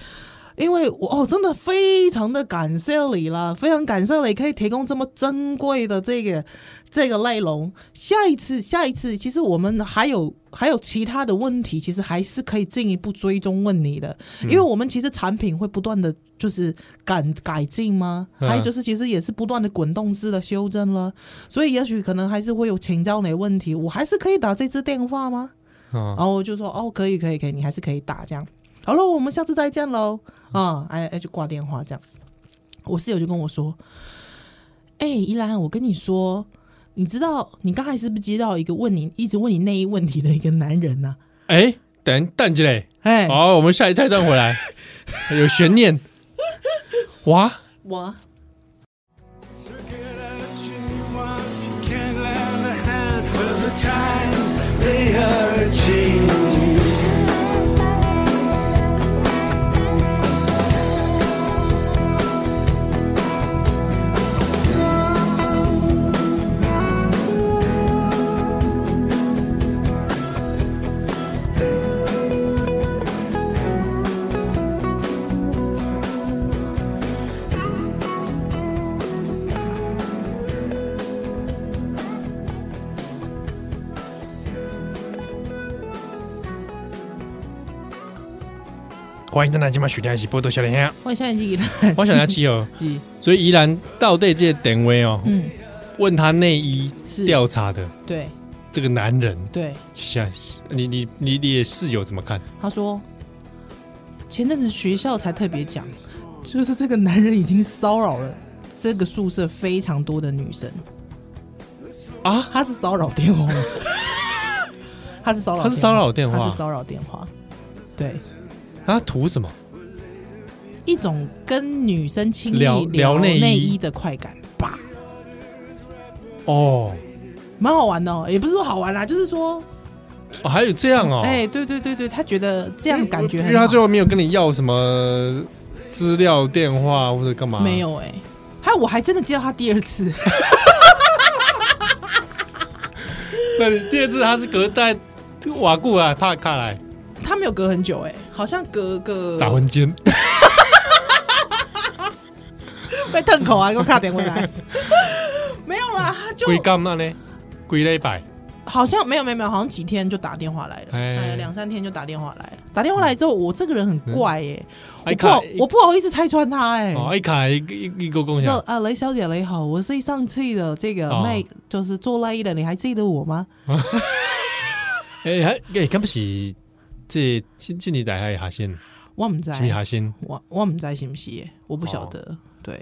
Speaker 3: 因为我哦，真的非常的感谢你了，非常感谢你可以提供这么珍贵的这个这个内容。下一次，下一次，其实我们还有还有其他的问题，其实还是可以进一步追踪问你的，因为我们其实产品会不断的就是改改进吗？
Speaker 2: 嗯
Speaker 3: 还有就是其实也是不断的滚动式的修正了，所以也许可能还是会有请教你的问题，我还是可以打这支电话吗？
Speaker 2: 哦，
Speaker 3: 然后我就说哦，可以，可以，可以，你还是可以打这样。好了，我们下次再见喽。啊、哎哎，就挂电话这样。我室友就跟我说：“哎、依兰，我跟你说，你知道你刚才是不是接到一个问你一直问你内衣问题的一个男人呐、
Speaker 2: 哎，等等一嘞，
Speaker 3: 哎、
Speaker 2: 好，我们下一下一段回 来，有悬念，哇，
Speaker 3: 我
Speaker 5: So get out you want, you can't lend a hand for the times they are a changing.
Speaker 2: 欢迎大家今晚收听的是《波多小林兄
Speaker 3: 我现在 记得，》，
Speaker 2: 我想要气哦，
Speaker 3: 记
Speaker 2: 所以宜兰到对这点位哦，
Speaker 3: 嗯，
Speaker 2: 问他内衣
Speaker 3: 是
Speaker 2: 调查的
Speaker 3: 对
Speaker 2: 这个男人，
Speaker 3: 对，
Speaker 2: 像你你你你也室友怎么看？
Speaker 3: 他说前阵子学校才特别讲，就是这个男人已经骚扰了这个宿舍非常多的女生。
Speaker 2: 啊，
Speaker 3: 他是骚扰电话， 他是骚扰，
Speaker 2: 他是骚扰电话
Speaker 3: 他是骚扰电话，对，
Speaker 2: 他啊图什么？
Speaker 3: 一种跟女生亲密
Speaker 2: 聊聊内
Speaker 3: 内
Speaker 2: 衣
Speaker 3: 衣的快感吧，
Speaker 2: 哦，
Speaker 3: 蛮好玩的、哦，也不是说好玩啦，就是说
Speaker 2: 哦，还有这样哦，
Speaker 3: 哎、对对对对，他觉得这
Speaker 2: 因
Speaker 3: 样
Speaker 2: 为
Speaker 3: 感觉
Speaker 2: 因
Speaker 3: 很
Speaker 2: 为他
Speaker 3: 好
Speaker 2: 最后没有跟你要什么资料、电话或者干嘛，
Speaker 3: 没，有哎、还有我还真的接到他第二次，
Speaker 2: 那你第二次他是隔代瓦固啊，帕卡来
Speaker 3: 他没有隔很久哎、好像隔个
Speaker 2: 砸魂间，
Speaker 3: 被瞪口啊，给我卡点回来。没有啦，他就
Speaker 2: 龟干那呢，龟了一百，
Speaker 3: 好像没有没有没有，好像几天就打电话来了，
Speaker 2: 哎
Speaker 3: 哎，两三天就打电话来了。打电话来之后，我这个人很怪耶、
Speaker 2: 哎
Speaker 3: 我不好
Speaker 2: 看
Speaker 3: 我不好意思拆穿他哎、
Speaker 2: 哦，一卡一一一个共
Speaker 3: 就
Speaker 2: 享，
Speaker 3: 啊，雷小姐雷好，我是上次的这个
Speaker 2: 哦
Speaker 3: 卖、就是做累的，你还记得我吗？
Speaker 2: 哎还哎，敢不是这今今年代还下线，
Speaker 3: 我唔知，
Speaker 2: 今年下线
Speaker 3: 我我唔知是不是耶，我不晓
Speaker 2: 哦
Speaker 3: 得。对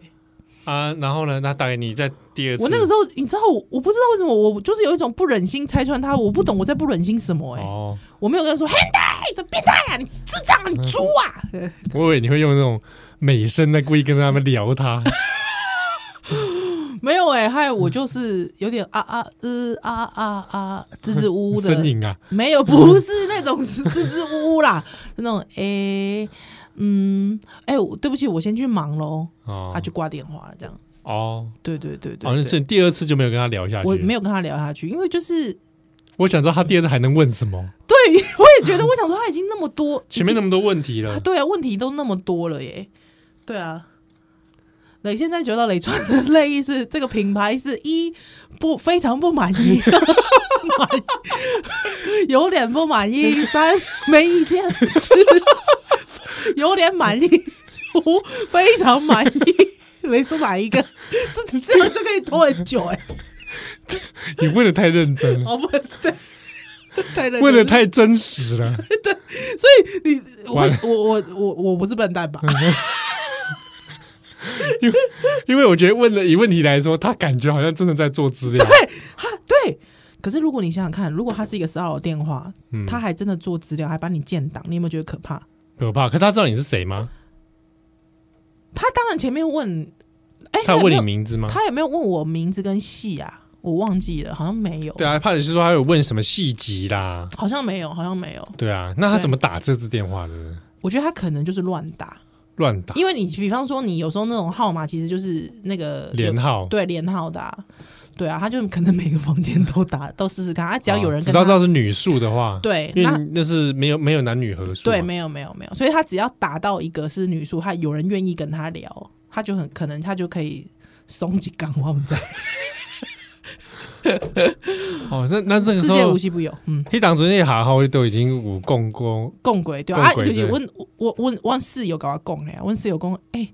Speaker 2: 啊，然后呢，他打给你在第二次，
Speaker 3: 我那个时候，你知道我，我不知道为什么，我就是有一种不忍心拆穿他，我不懂我在不忍心什么哎、
Speaker 2: 哦，
Speaker 3: 我没有跟他说 “Handy 的变态啊，你智障啊，你猪啊”，
Speaker 2: 我以为你会用那种美声在故意跟他们聊他，
Speaker 3: 没有哎、害我就是有点啊啊呃啊啊啊支支吾吾的
Speaker 2: 身影啊，
Speaker 3: 没有，不是那种支支吾吾啦， 是那种诶、嗯，哎、我对不起，我先去忙喽，
Speaker 2: 哦
Speaker 3: 啊，就挂电话了，这样，
Speaker 2: 哦，
Speaker 3: 对对对
Speaker 2: 好像
Speaker 3: 对
Speaker 2: 是
Speaker 3: 对
Speaker 2: 你第二次就没有跟他聊下去，
Speaker 3: 我没有跟他聊下去，因为就是
Speaker 2: 我想知道他第二次还能问什么？
Speaker 3: 对 我也觉得，我想说他已经那么多，
Speaker 2: 前面那
Speaker 3: 的
Speaker 2: 么多问题了
Speaker 3: 啊，， 对啊，问题都那么多了耶，对啊。磊现在觉得磊穿的 内衣是这个品牌是一不非常不满意， 满有点不满意，三没意见，四有点满意，五非常满意。雷是哪一个？这这样就可以拖很久哎、
Speaker 2: 你问的太认真了，
Speaker 3: 哦不对，太认真
Speaker 2: 问的太真实 了。
Speaker 3: 所以你我
Speaker 2: 完了
Speaker 3: 我我我我不是笨蛋吧？
Speaker 2: 因为因为我觉得问了以问题来说，他感觉好像真的在做资料，
Speaker 3: 哈，对。可是如果你想想看，如果他是一个骚扰电话，
Speaker 2: 嗯
Speaker 3: 他还真的做资料，还把你建档，你有没有觉得可怕？
Speaker 2: 可怕。可是他知道你是谁吗？
Speaker 3: 他当然前面问，哎、
Speaker 2: 他有
Speaker 3: 有没
Speaker 2: 问
Speaker 3: 有
Speaker 2: 你名字吗？
Speaker 3: 他有没有问我名字跟戏啊？我忘记了，好像没有，
Speaker 2: 对啊，怕你是说他有问什么细节啦？
Speaker 3: 好像没有，好像没有。
Speaker 2: 对啊，那他怎么打这支电话的？
Speaker 3: 我觉得他可能就是乱打，
Speaker 2: 啊乱打
Speaker 3: 因为你比方说你有时候那种号码其实就是那个
Speaker 2: 连
Speaker 3: 有
Speaker 2: 号，
Speaker 3: 对连号的啊、对啊，他就可能每个房间都打都试试看，啊他只要有人
Speaker 2: 哦
Speaker 3: 跟
Speaker 2: 只要
Speaker 3: 他
Speaker 2: 知道是女数的话，，
Speaker 3: 对，
Speaker 2: 因
Speaker 3: 那
Speaker 2: 为那是没有没有男女合数嘛，
Speaker 3: 对，没有没有没有，所以他只要打到一个是女宿，他有人愿意跟他聊，他就很可能他就可以松几杠，我们在
Speaker 2: 哦，那那 这个时
Speaker 3: 世界
Speaker 2: 候
Speaker 3: 无，奇不有，嗯，
Speaker 2: 那当阵那下号都已经有共过，
Speaker 3: 共轨对吧？
Speaker 2: 共
Speaker 3: 啊，
Speaker 2: 轨
Speaker 3: 就是
Speaker 2: 对
Speaker 3: 问我问问室友搞他共哎，问室友共哎。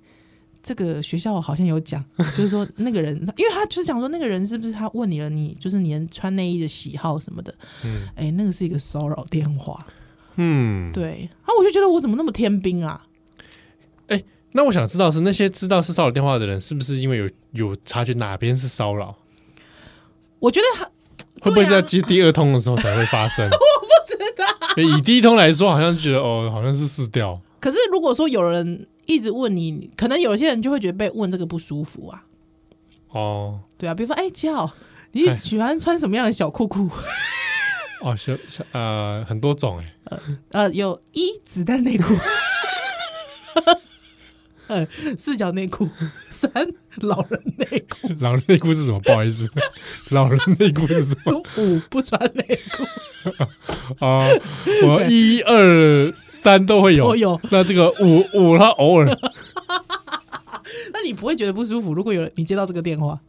Speaker 3: 这个学校好像有 讲，就是说那个人，因为他就是想说那个人是不是他问你了你，就是你的穿内衣的喜好什么的，
Speaker 2: 嗯
Speaker 3: 哎、那个是一个骚扰电话，
Speaker 2: 嗯，
Speaker 3: 对，啊，我就觉得我怎么那么天兵啊？
Speaker 2: 那我想知道是那些知道是骚扰电话的人，是不是因为有有察觉哪边是骚扰？
Speaker 3: 我觉得他
Speaker 2: 会不会是
Speaker 3: 对啊
Speaker 2: 在接第二通的时候才会发 生？我不知道。以第一通来说，好像觉得哦，好像是试掉。
Speaker 3: 可是如果说有人一直问你，可能有些人就会觉得被问这个不舒服啊，
Speaker 2: 哦
Speaker 3: 对啊，比如说，哎、七号，你
Speaker 2: 哎
Speaker 3: 喜欢穿什么样的小裤裤？
Speaker 2: 哦，小小呃，很多种哎，
Speaker 3: 呃，有一子弹内裤， 呃，四角内裤， 三老人内裤，
Speaker 2: 老人内裤是什么？不好意思， 老人内裤是什么？
Speaker 3: 五不穿内裤，
Speaker 2: 啊、我一二三都会有，
Speaker 3: 都有
Speaker 2: 那这个五五，他偶尔
Speaker 3: 那你不会觉得不舒服？如果有人你接到这个电话，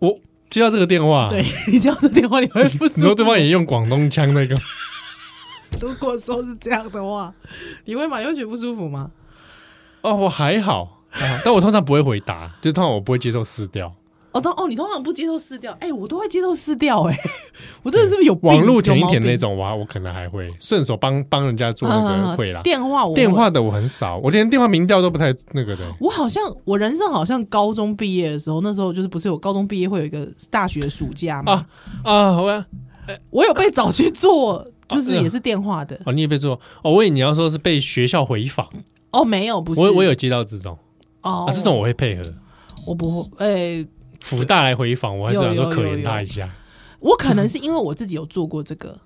Speaker 2: 我接到这个电话，哎
Speaker 3: 对， 你接到这电话，你会不舒服？
Speaker 2: 你说对方也用广东腔那个，
Speaker 3: 如果说是这样的话，你会吗？你会觉得不舒服吗？
Speaker 2: 哦，我还好，还好但我通常不会回答，就是通常我不会接受私掉。
Speaker 3: 哦，当哦，你通常不接受撕掉，哎、我都会接受撕掉、哎，我真的是不是有病
Speaker 2: 网络舔一
Speaker 3: 有毛
Speaker 2: 舔那
Speaker 3: 病
Speaker 2: 种哇，我可能还会顺手帮帮人家做
Speaker 3: 啊啊
Speaker 2: 那
Speaker 3: 啊
Speaker 2: 个会啦。
Speaker 3: 电话我
Speaker 2: 电
Speaker 3: 会
Speaker 2: 话的我很少，我连电话民调都不太那个的。
Speaker 3: 我好像我人生好像高中毕业的时候，那时候就是不是有高中毕业会有一个大学暑假嘛？
Speaker 2: 啊啊，我
Speaker 3: 我有被找去做，就是
Speaker 2: 啊
Speaker 3: 也是电话的。
Speaker 2: 哦，你也被做哦，我以为你要说是被学校回访，
Speaker 3: 哦，没有，不是
Speaker 2: 我我有接到这种
Speaker 3: 哦
Speaker 2: 啊，，这种我会配合，
Speaker 3: 我不会，呃，
Speaker 2: 福大来回访，我还是
Speaker 3: 有
Speaker 2: 想说
Speaker 3: 有
Speaker 2: 可
Speaker 3: 有
Speaker 2: 怜他
Speaker 3: 有
Speaker 2: 一下。
Speaker 3: 我可能是因为我自己有做过这个，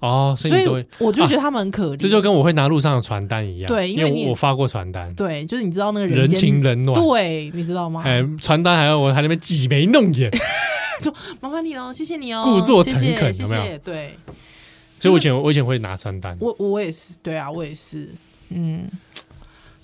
Speaker 2: 哦，所以
Speaker 3: 所
Speaker 2: 你
Speaker 3: 以
Speaker 2: 都会，啊
Speaker 3: 我就觉得他们很可怜。
Speaker 2: 这就跟我会拿路上的传单一样，
Speaker 3: 对因
Speaker 2: 因
Speaker 3: 为
Speaker 2: 为
Speaker 3: 你
Speaker 2: 我我发过传单，
Speaker 3: 对，就是你知道那个
Speaker 2: 人
Speaker 3: 间
Speaker 2: 情冷暖，
Speaker 3: 对，啊你知道吗？
Speaker 2: 哎，传单还有我还在那边挤眉弄眼，
Speaker 3: 麻烦你哦，谢谢你哦，
Speaker 2: 故作诚恳
Speaker 3: 谢谢，
Speaker 2: 有
Speaker 3: 谢
Speaker 2: 没有
Speaker 3: 谢。对
Speaker 2: 所以我以前我以前会拿传单，
Speaker 3: 我我也是，对啊，我也是，嗯。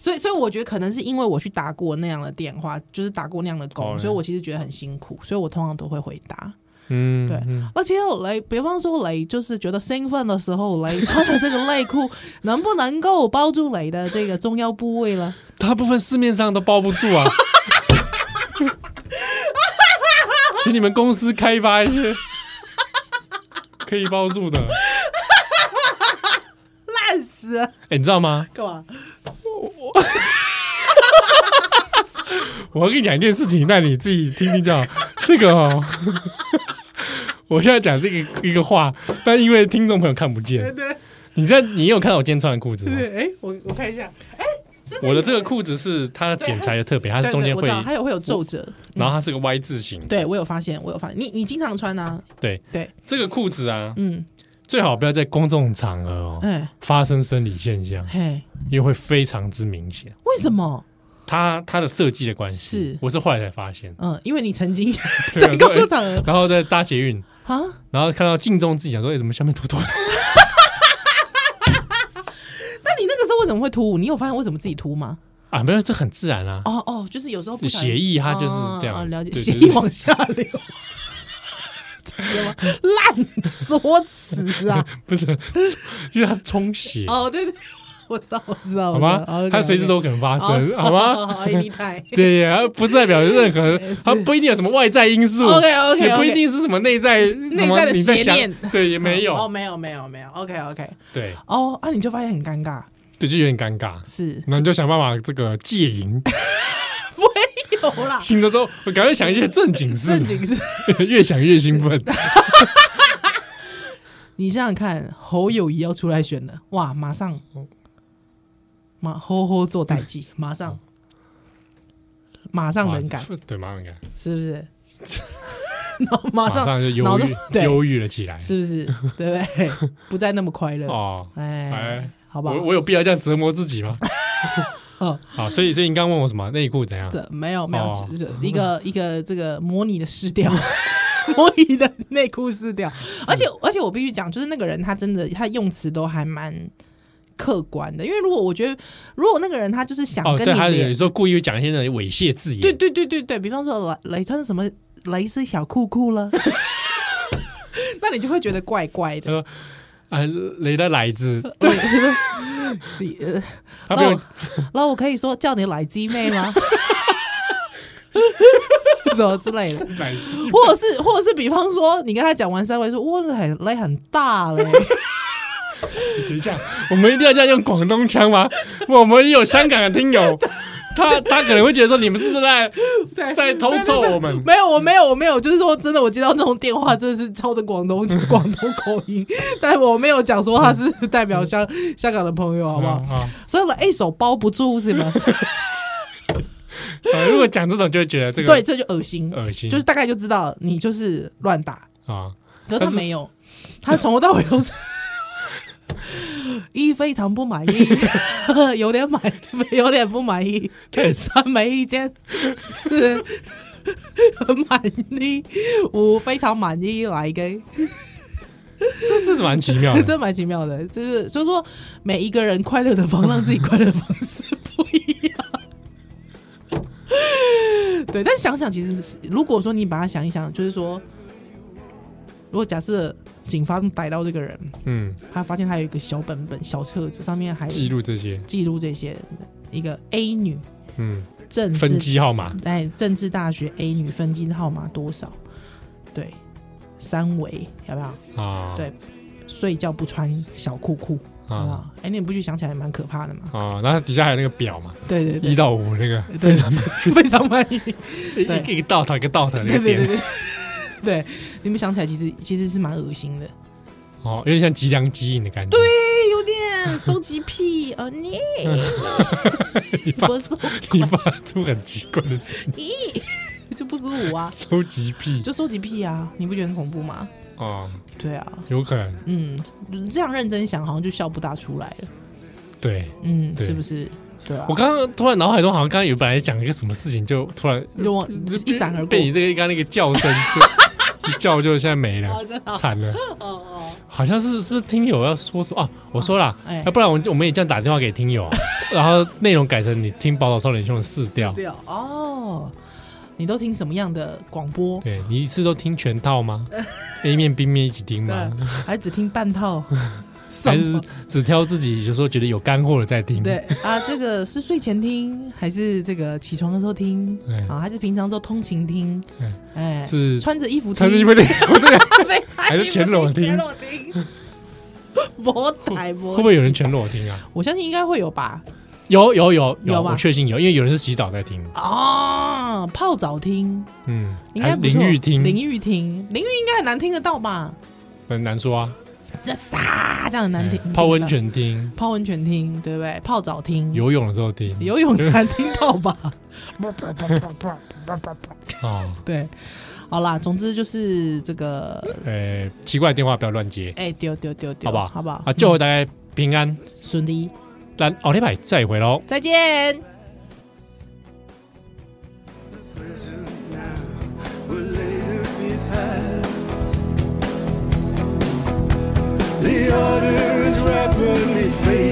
Speaker 3: 所以，所以我觉得可能是因为我去打过那样的电话，就是打过那样的工
Speaker 2: 哦
Speaker 3: 所以我其实觉得很辛苦，所以我通常都会回答。
Speaker 2: 嗯，
Speaker 3: 对
Speaker 2: 嗯
Speaker 3: 而且你，比方说你就是觉得兴奋的时候，你穿的这个内 裤能不能够包住你的这个重要部位呢？
Speaker 2: 大部分市面上都包不住 啊。请你们公司开发一些可以包住的。
Speaker 3: 烂死了，
Speaker 2: 哎、你知道吗？
Speaker 3: 干嘛？
Speaker 2: 我要跟你讲一件事情，那你自己听听就好。这个哦， 我现在讲这个一个话，但因为听众朋友看不见，
Speaker 3: 对
Speaker 2: 你在你有看到我今天穿的裤子吗？
Speaker 3: 对，哎、我我看一下，
Speaker 2: 我的这个裤子是它剪裁的特别，它是中间
Speaker 3: 对对我
Speaker 2: 会，
Speaker 3: 知道还
Speaker 2: 然
Speaker 3: 有会有皱褶，
Speaker 2: 后它是个 Y 字形。
Speaker 3: 对我有发现，我有发现，你你经常穿啊，
Speaker 2: 对，
Speaker 3: 对，
Speaker 2: 这个裤子啊，
Speaker 3: 嗯，
Speaker 2: 最好不要在公众场合哦。
Speaker 3: 哎、
Speaker 2: 发生生理现象，
Speaker 3: 嘿，
Speaker 2: 因为会非常之明显。
Speaker 3: 为什么？
Speaker 2: 它它的设计的关系，
Speaker 3: 是
Speaker 2: 我是后来才发现。
Speaker 3: 嗯，因为你 曾经
Speaker 2: 对 啊哎
Speaker 3: 在工作场合
Speaker 2: 然后在搭捷运，
Speaker 3: 啊，
Speaker 2: 然后看到镜中自己想说，哎、怎么下面凸凸的？
Speaker 3: 那你那个时候为什么会涂？你有发现为什么自己涂吗？
Speaker 2: 啊，没有，这很自然啊。
Speaker 3: 哦哦，就是有时候不小心
Speaker 2: 血液它就是
Speaker 3: 哦
Speaker 2: 这样
Speaker 3: 哦了解
Speaker 2: 对
Speaker 3: 血
Speaker 2: 就
Speaker 3: 液
Speaker 2: 是
Speaker 3: 往下 流。真的吗烂锁死啊！
Speaker 2: 不是， 因为它是充血，
Speaker 3: 哦，对对，我知道，我知道，
Speaker 2: 好
Speaker 3: 我
Speaker 2: 吗
Speaker 3: 知道？OK，OK？哦
Speaker 2: 它随时都可能发生，好 吗？
Speaker 3: ？Anytime。
Speaker 2: 对 呀，它不代表任何
Speaker 3: 是，
Speaker 2: 它不一定有什么外在因素
Speaker 3: OK，OK，OK
Speaker 2: 也不一定是什么内在什么
Speaker 3: 内在的
Speaker 2: 你在
Speaker 3: 邪
Speaker 2: 想
Speaker 3: 念，
Speaker 2: 对，也 没
Speaker 3: 哦，
Speaker 2: 有，
Speaker 3: 没有，没有，没有。OK，OK。
Speaker 2: 对
Speaker 3: 哦，啊，你就发现很尴尬，
Speaker 2: 对，就有点尴尬。
Speaker 3: 是
Speaker 2: 然后你就想办法这个戒 淫，
Speaker 3: 有啦，
Speaker 2: 醒着之后，我赶快想一些正经事，
Speaker 3: 正经是。
Speaker 2: 越想越兴 奋。
Speaker 3: 你想想看，侯友谊要出来选了，哇，马上，
Speaker 2: 哦
Speaker 3: 马吼吼做代记，马上，马上
Speaker 2: 哦哇
Speaker 3: 冷感，，
Speaker 2: 对，马上感，
Speaker 3: 是不是？ 然后马
Speaker 2: 马
Speaker 3: 上
Speaker 2: 上就忧
Speaker 3: 脑中
Speaker 2: 郁，
Speaker 3: 对
Speaker 2: 忧郁了起来。
Speaker 3: 是不是？对不 对？不再那么快乐，
Speaker 2: 哦，
Speaker 3: 哎
Speaker 2: 哎，
Speaker 3: 好吧
Speaker 2: 我，我有必要这样折磨自己 吗？
Speaker 3: 嗯
Speaker 2: 好，所以所以你刚问我什么内裤怎样？
Speaker 3: 这没有没有
Speaker 2: 哦，
Speaker 3: 就是一个 一个这个模拟的试调。 模拟的内裤试掉，而且而且我必须讲，就是那个人他真的他用词都还蛮客观的，因为如果我觉得如果那个人他就是想
Speaker 2: 哦，
Speaker 3: 跟
Speaker 2: 对，
Speaker 3: 你
Speaker 2: 他
Speaker 3: 聊
Speaker 2: 有时候故意讲一些那种猥亵字眼，
Speaker 3: 对对对对对，比方说雷雷穿什么蕾丝小裤裤了， 那你就会觉得怪怪的。
Speaker 2: 啊，雷的奶子，
Speaker 3: 对， 你呃
Speaker 2: 他不
Speaker 3: 然后
Speaker 2: 用
Speaker 3: 我然后我可以说叫你奶鸡妹吗？ 什么之类的，
Speaker 2: 奶子，
Speaker 3: 或者是或者是比方说你跟他讲完三围说哇奶奶很大嘞，
Speaker 2: 等一下，我们一定要这样用广东腔 吗？我们也有香港的听友，他他可能会觉得说你们是不是在在偷凑我们？
Speaker 3: 没有我没有我没有，就是说真的，我接到那种电话真的是操着广东 广东口音，但我没有讲说他是代表香香港的朋友，好不好
Speaker 2: 嗯？好
Speaker 3: 所以我一手包不住是吗？
Speaker 2: 呃如果讲这种就会觉得这个
Speaker 3: 对，这就恶心，
Speaker 2: 恶心，
Speaker 3: 就是大概就知道你就是乱打，
Speaker 2: 啊，
Speaker 3: 可是他
Speaker 2: 但是
Speaker 3: 没有，他从头到尾都是 一非常不满意， 有点满，有点不满意，三没意见，四很满意，五非常满意，来给，
Speaker 2: 这这是蛮奇 妙的。
Speaker 3: 这蛮奇妙的，就是所以说每一个人快乐的方，让自己快乐的方式不一样。 对，但想想其实是，如果说你把它想一想，就是说，如果假设警方逮到这个人，
Speaker 2: 嗯，
Speaker 3: 他发现他有一个小本本、小册子，上面还有
Speaker 2: 记录这些，
Speaker 3: 记录这些一个 A 女
Speaker 2: 嗯，
Speaker 3: 政治
Speaker 2: 分机号码，
Speaker 3: 哎政治大学 A 女分机号码多少？对，三围要不要？
Speaker 2: 啊，
Speaker 3: 对，睡觉不穿小裤裤
Speaker 2: 啊
Speaker 3: 啊！哎，你不去想起来也蛮可怕的嘛。
Speaker 2: 啊，然后底下还有那个表嘛，
Speaker 3: 对对
Speaker 2: 一
Speaker 3: 对，
Speaker 2: 到五那个非
Speaker 3: 对
Speaker 2: 常
Speaker 3: 非常满意。
Speaker 2: 一
Speaker 3: 对
Speaker 2: 一个到头一个到头那
Speaker 3: 对
Speaker 2: 个
Speaker 3: 对对
Speaker 2: 点，
Speaker 3: 对，对你们想起来其实其实是蛮恶心的，哎，
Speaker 2: 哦，有点像吉良吉影的感觉。对，
Speaker 3: 有点收集癖哦，你
Speaker 2: 你发
Speaker 3: 不是
Speaker 2: 你发出很奇怪的 声音，
Speaker 3: 就不舒服啊，
Speaker 2: 收集癖
Speaker 3: 就收集癖啊，你不觉得很恐怖吗？
Speaker 2: 哦，
Speaker 3: 对啊，
Speaker 2: 有可能，
Speaker 3: 嗯，这样认真想，好像就笑不大出来了。
Speaker 2: 对
Speaker 3: 嗯，
Speaker 2: 对
Speaker 3: 是不是？对啊
Speaker 2: 我，刚刚突然脑海中好像刚刚有本来讲一个什么事情，就突然
Speaker 3: 就我
Speaker 2: 就
Speaker 3: 一闪而过。
Speaker 2: 被你这个刚刚那个叫声 就一叫就现在没了
Speaker 3: 哦真的，哦
Speaker 2: 惨了，
Speaker 3: 哦哦，
Speaker 2: 好像是是不是听友要说什么啊？我说啦，
Speaker 3: 哎
Speaker 2: 要不然我们我们也这样打电话给听友 啊，然后内容改成你听《宝岛少年兄》的试调，
Speaker 3: 对哦哦，你都听什么样的广播？
Speaker 2: 对你一次都听全套 吗？A 面 B 面一起听吗？
Speaker 3: 对，还只听半套，什
Speaker 2: 还是
Speaker 3: 么
Speaker 2: 只挑自己有时候觉得有干货的在听？
Speaker 3: 对，啊，这个是睡前听，还是这个起床的时候听
Speaker 2: 哎？
Speaker 3: 啊，还是平常时候通勤听
Speaker 2: 哎？
Speaker 3: 哎，
Speaker 2: 是
Speaker 3: 穿着衣服听，
Speaker 2: 穿着衣服听，我这个
Speaker 3: 被
Speaker 2: 还是全裸听
Speaker 3: 全裸听。摸台摸，
Speaker 2: 会不会有人全裸听啊？
Speaker 3: 我相信应该会有吧。
Speaker 2: 有有有
Speaker 3: 有吧
Speaker 2: 我确信有，因为有人是洗澡在听，
Speaker 3: 啊，泡澡听，
Speaker 2: 嗯，
Speaker 3: 应
Speaker 2: 还
Speaker 3: 该
Speaker 2: 是
Speaker 3: 不
Speaker 2: 淋
Speaker 3: 错
Speaker 2: 浴听，
Speaker 3: 淋浴听，淋浴应该很难听得到吧？
Speaker 2: 很难说啊。
Speaker 3: 这啥这样很难嗯听
Speaker 2: 哎。泡温，泉听，
Speaker 3: 泡温泉听，对不对？泡澡听，
Speaker 2: 游泳的时候听，
Speaker 3: 游泳难听到 吧？
Speaker 2: 哦，
Speaker 3: 对，好啦，总之就是这个，
Speaker 2: 哎，奇怪的电话不要乱接，
Speaker 3: 哎，丢丢丢丢，
Speaker 2: 好不好？
Speaker 3: 好不好？
Speaker 2: 啊，祝
Speaker 3: 嗯
Speaker 2: 大家平安，
Speaker 3: 顺利，
Speaker 2: 咱后礼拜再会喽。
Speaker 3: 再见。
Speaker 5: present now will later be past. The order is rapidly fading.